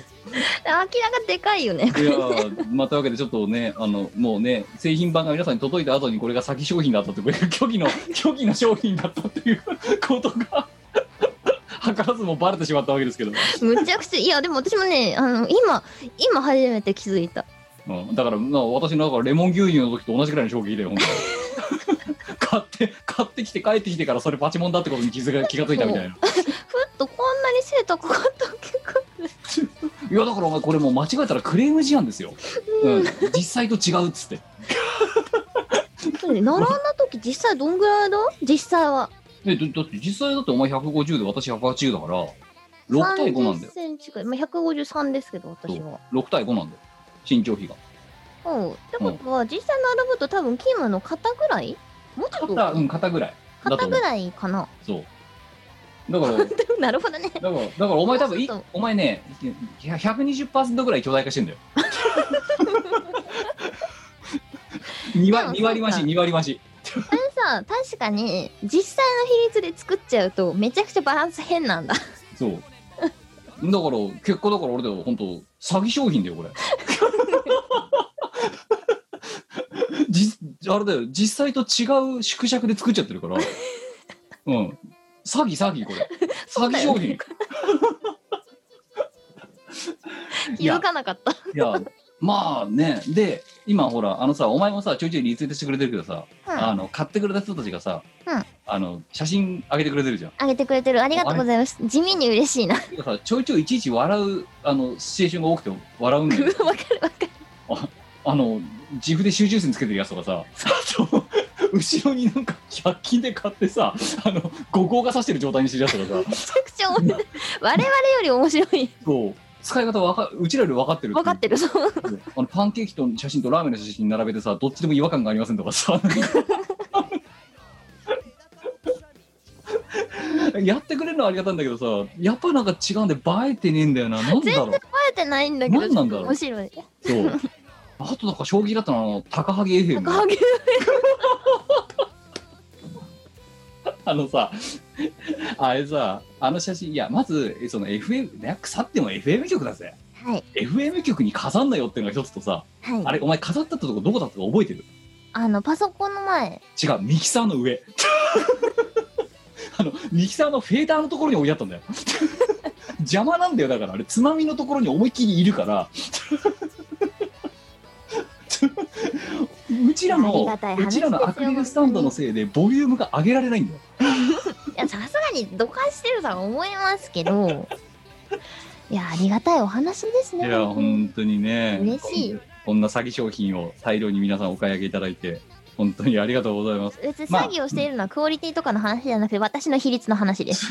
[SPEAKER 1] 明らかでかいよね
[SPEAKER 2] いやーまあ、というわけでちょっとねあのもうね製品版が皆さんに届いた後にこれが先商品だったというこ れが虚偽の虚偽の商品だったっていう ことが図らずもバレてしまったわけですけど、
[SPEAKER 1] むちゃくちゃいやでも私もねあの今今初めて気づいた
[SPEAKER 2] うん、だから、まあ、私のだからレモン牛乳の時と同じくらいの衝撃だよ本当に 買って買ってきて帰ってきてからそれパチモンだってことに気 づか気がついたみたいな
[SPEAKER 1] ふっとこんなに背高かったっけ か
[SPEAKER 2] いやだからお前これもう間違えたらクレーム事案ですよ、うん、実際と違うっつって
[SPEAKER 1] 並んだ時実際どんぐらいだ実際は
[SPEAKER 2] えだだって実際だってお前150で私180だから6対5なんだよ
[SPEAKER 1] 30センチくらい、まあ、153ですけど私は
[SPEAKER 2] 6対5なんだよ身長比が
[SPEAKER 1] うんってことは実際並ぶと多分キムの肩ぐらいもうちょっと
[SPEAKER 2] 肩うん肩ぐらいだと
[SPEAKER 1] 肩ぐ
[SPEAKER 2] 思う
[SPEAKER 1] らいか な
[SPEAKER 2] そう だからだか
[SPEAKER 1] なるほどね
[SPEAKER 2] らだからお前多分い
[SPEAKER 1] ちょっと
[SPEAKER 2] お前ねひゃ120%ぐらい巨大化し てんだよ 2,
[SPEAKER 1] でもそうか
[SPEAKER 2] 割2割増し2割増し
[SPEAKER 1] これさ確かに実際の比率で作っちゃうとめちゃくちゃバランス変なんだ
[SPEAKER 2] そうだから結果だから俺だよ本当詐欺商品だよこれ 実あれだよ実際と違う縮尺で作っちゃってるからうん詐欺詐欺こ れ詐欺商品
[SPEAKER 1] 気づかなかった
[SPEAKER 2] いや、まあね、で、今ほら、あのさ、お前もさ、ちょいちょいリツイートしてくれてるけどさ、
[SPEAKER 1] うん
[SPEAKER 2] あの、買ってくれた人たちがさ、
[SPEAKER 1] うん
[SPEAKER 2] あの、写真上げてくれてるじゃん。
[SPEAKER 1] あげてくれてるありがとうございます地味に嬉しいなわ
[SPEAKER 2] てかさ、ちょいちょいいちいち笑う、あの、シチュエーションが多くて笑 うんだよ。
[SPEAKER 1] かる わかる
[SPEAKER 2] あの、自負で集中線つけてるやつとかさ、 あと、後ろになんか100均で買ってさ、あの、五光が刺してる状態にしてるやつとかさ、
[SPEAKER 1] めちゃくちゃ面白い我々より面白い
[SPEAKER 2] そう、使い方わか、うちらより分かってる
[SPEAKER 1] 分かってるそう
[SPEAKER 2] あのパンケーキと写真とラーメンの写真並べてさどっちでも違和感がありませんとかさ やってくれるのはありがたいんだけどさやっぱなんか違うんで映えてねえんだよななんだろう
[SPEAKER 1] 覚えてないんだけど
[SPEAKER 2] 何なんだろう
[SPEAKER 1] 面白い
[SPEAKER 2] そう あとなんか将棋だったのはあの高萩エフ
[SPEAKER 1] 高萩
[SPEAKER 2] あのさ あれさあの写真いやまずえその FM ね腐っても FM 局だぜ
[SPEAKER 1] はい
[SPEAKER 2] FM 局に飾んなよっていうのが一つとさ
[SPEAKER 1] はい
[SPEAKER 2] あれお前飾ったとこどこだったか覚えてる
[SPEAKER 1] あのパソコンの前
[SPEAKER 2] 違うミキサーの上 あのミキサーのフェーダーのところに置いてあったんだよ 邪魔なんだよだからあれつまみのところに思いっきりいるから うちら
[SPEAKER 1] あり
[SPEAKER 2] の
[SPEAKER 1] がたい話
[SPEAKER 2] うちらのアクリルスタンドのせいでボリュームが上げられないんだよ
[SPEAKER 1] いやさすがにどかしてるとは思いますけどいやありがたいお話ですね
[SPEAKER 2] いや本当にね
[SPEAKER 1] 嬉しい
[SPEAKER 2] こんな詐欺商品を大量に皆さんお買い上げいただいて本当にありがとうございます
[SPEAKER 1] 別に
[SPEAKER 2] まあ
[SPEAKER 1] 詐欺をしているのはクオリティとかの話じゃなくて私の比率の話です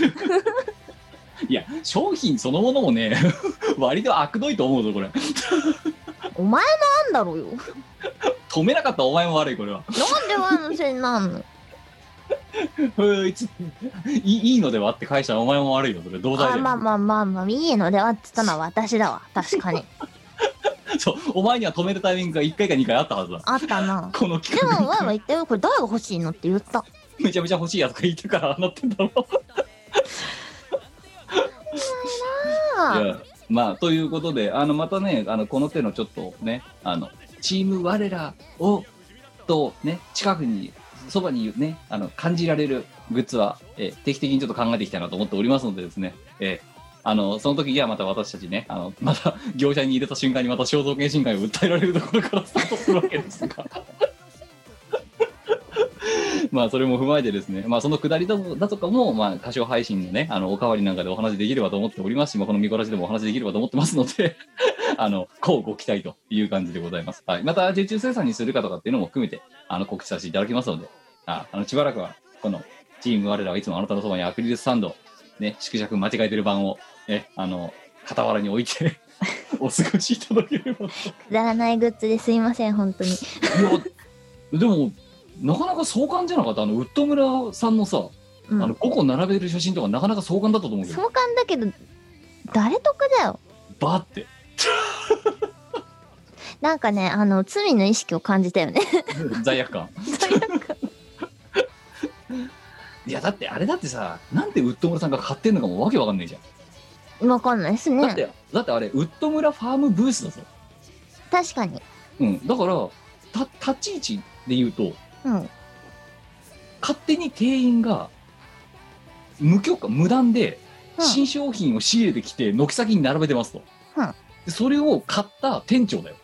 [SPEAKER 2] いや商品そのものもね 割と悪どいと思うぞこれ
[SPEAKER 1] お前なんだろうよ。
[SPEAKER 2] 止めなかったお前も悪いこれは
[SPEAKER 1] なんでワンのせいになんの
[SPEAKER 2] ふー いついいいのではって返したらお前も悪いよそれ同罪
[SPEAKER 1] あ、
[SPEAKER 2] で、
[SPEAKER 1] まあまあまあまあ、いいのではっつったのは私だわ。確かに。
[SPEAKER 2] そうお前には止めるタイミングが1回か2回あったはずだ
[SPEAKER 1] あったな。
[SPEAKER 2] この企
[SPEAKER 1] でも、
[SPEAKER 2] 画
[SPEAKER 1] ワンは言ったよ。これ誰が欲しいのって言った。
[SPEAKER 2] めちゃめちゃ欲しいやつがいたからああなってんだろ
[SPEAKER 1] あ
[SPEAKER 2] いやまあということであのまたねあのこの手のちょっとねあのチーム我らをとね近くにそばにねあの感じられるグッズはえー定期的にちょっと考えていきたいなと思っておりますのでですね、えーあのその時にはまた私たちねあのまた業者に入れた瞬間にまた肖像権侵害を訴えられるところからスタートするわけですがまあそれも踏まえてですね、まあ、その下りだとだとかも、まあ、歌唱配信のねあのおかわりなんかでお話できればと思っておりますし、まあ、この見殺しでもお話できればと思ってますので あのこうご期待という感じでございます、はい、また受注生産にするかとかっていうのも含めてあの告知させていただきますのでああのしばらくはこのチーム我らはいつもあなたのそばにアクリルスタンド、ね、縮尺間違えてる版を、ね、あの傍らに置いて お過ごしいただければ
[SPEAKER 1] くだらないグッズですいません、本当に。
[SPEAKER 2] いやでもなかなか壮観じゃなかったあのウッド村さんのさ、
[SPEAKER 1] うん
[SPEAKER 2] あの5個並べる写真とかなかなか壮観だったと思うけど
[SPEAKER 1] 壮観だけど、誰得だよ。
[SPEAKER 2] バって
[SPEAKER 1] なんかね、あの、罪の意識を感じたよね。
[SPEAKER 2] 罪悪感 いやだってあれだってさなんでウッド村さんが買ってんのかもわけわかんないじゃん、
[SPEAKER 1] わかんないです
[SPEAKER 2] だっ
[SPEAKER 1] ね。
[SPEAKER 2] てだってあれウッド村ファームブースだぞ
[SPEAKER 1] 確かに。
[SPEAKER 2] うんだからた立ち位置で言うと
[SPEAKER 1] うん。
[SPEAKER 2] 勝手に店員が無許可無断で
[SPEAKER 1] うん
[SPEAKER 2] 新商品を仕入れてきて軒先に並べてますと、
[SPEAKER 1] うん
[SPEAKER 2] でそれを買った店長だ よ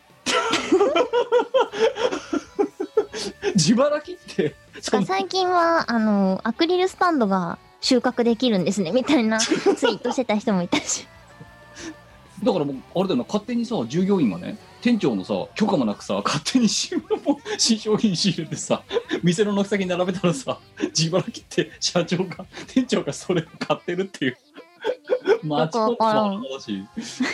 [SPEAKER 2] 自腹切ってそん
[SPEAKER 1] あ
[SPEAKER 2] な
[SPEAKER 1] 最近は、あの、アクリルスタンドが収穫できるんですね、みたい なツイートしてた人もいたし。
[SPEAKER 2] だからもうあれだよな勝手にさ従業員がね店長のさ許可もなくさ勝手に新聞も新商品仕入れてさ店の軒先に並べたらさ自腹切って社長が店長がそれを買ってるっていうマジ
[SPEAKER 1] よくわからん
[SPEAKER 2] だし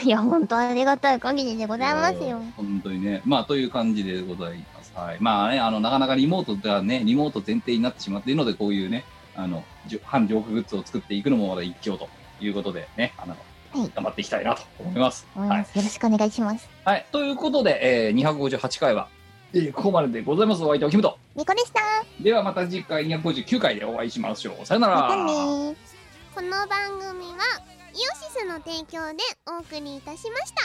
[SPEAKER 2] い
[SPEAKER 1] いや、ほんとありがたい限りでございますよ。
[SPEAKER 2] 本当にねまあという感じでございますはいまあねあのなかなかリモートではねリモート前提になってしまっているのでこういうねあのじゅ反ジョークグッズを作っていくのもまだ一興ということでねあの、
[SPEAKER 1] はい
[SPEAKER 2] 頑張っていきたいなと思います、
[SPEAKER 1] 思い
[SPEAKER 2] はい
[SPEAKER 1] ますよろしくお願いします。
[SPEAKER 2] はい、ということで、えー、258回は、えーここまででございます。お相手はキムト。
[SPEAKER 1] ニコでした
[SPEAKER 2] ではまた次回259回でお会いしましょう。さよなら。
[SPEAKER 1] またねこの番組はイオシスの提供でお送りいたしました。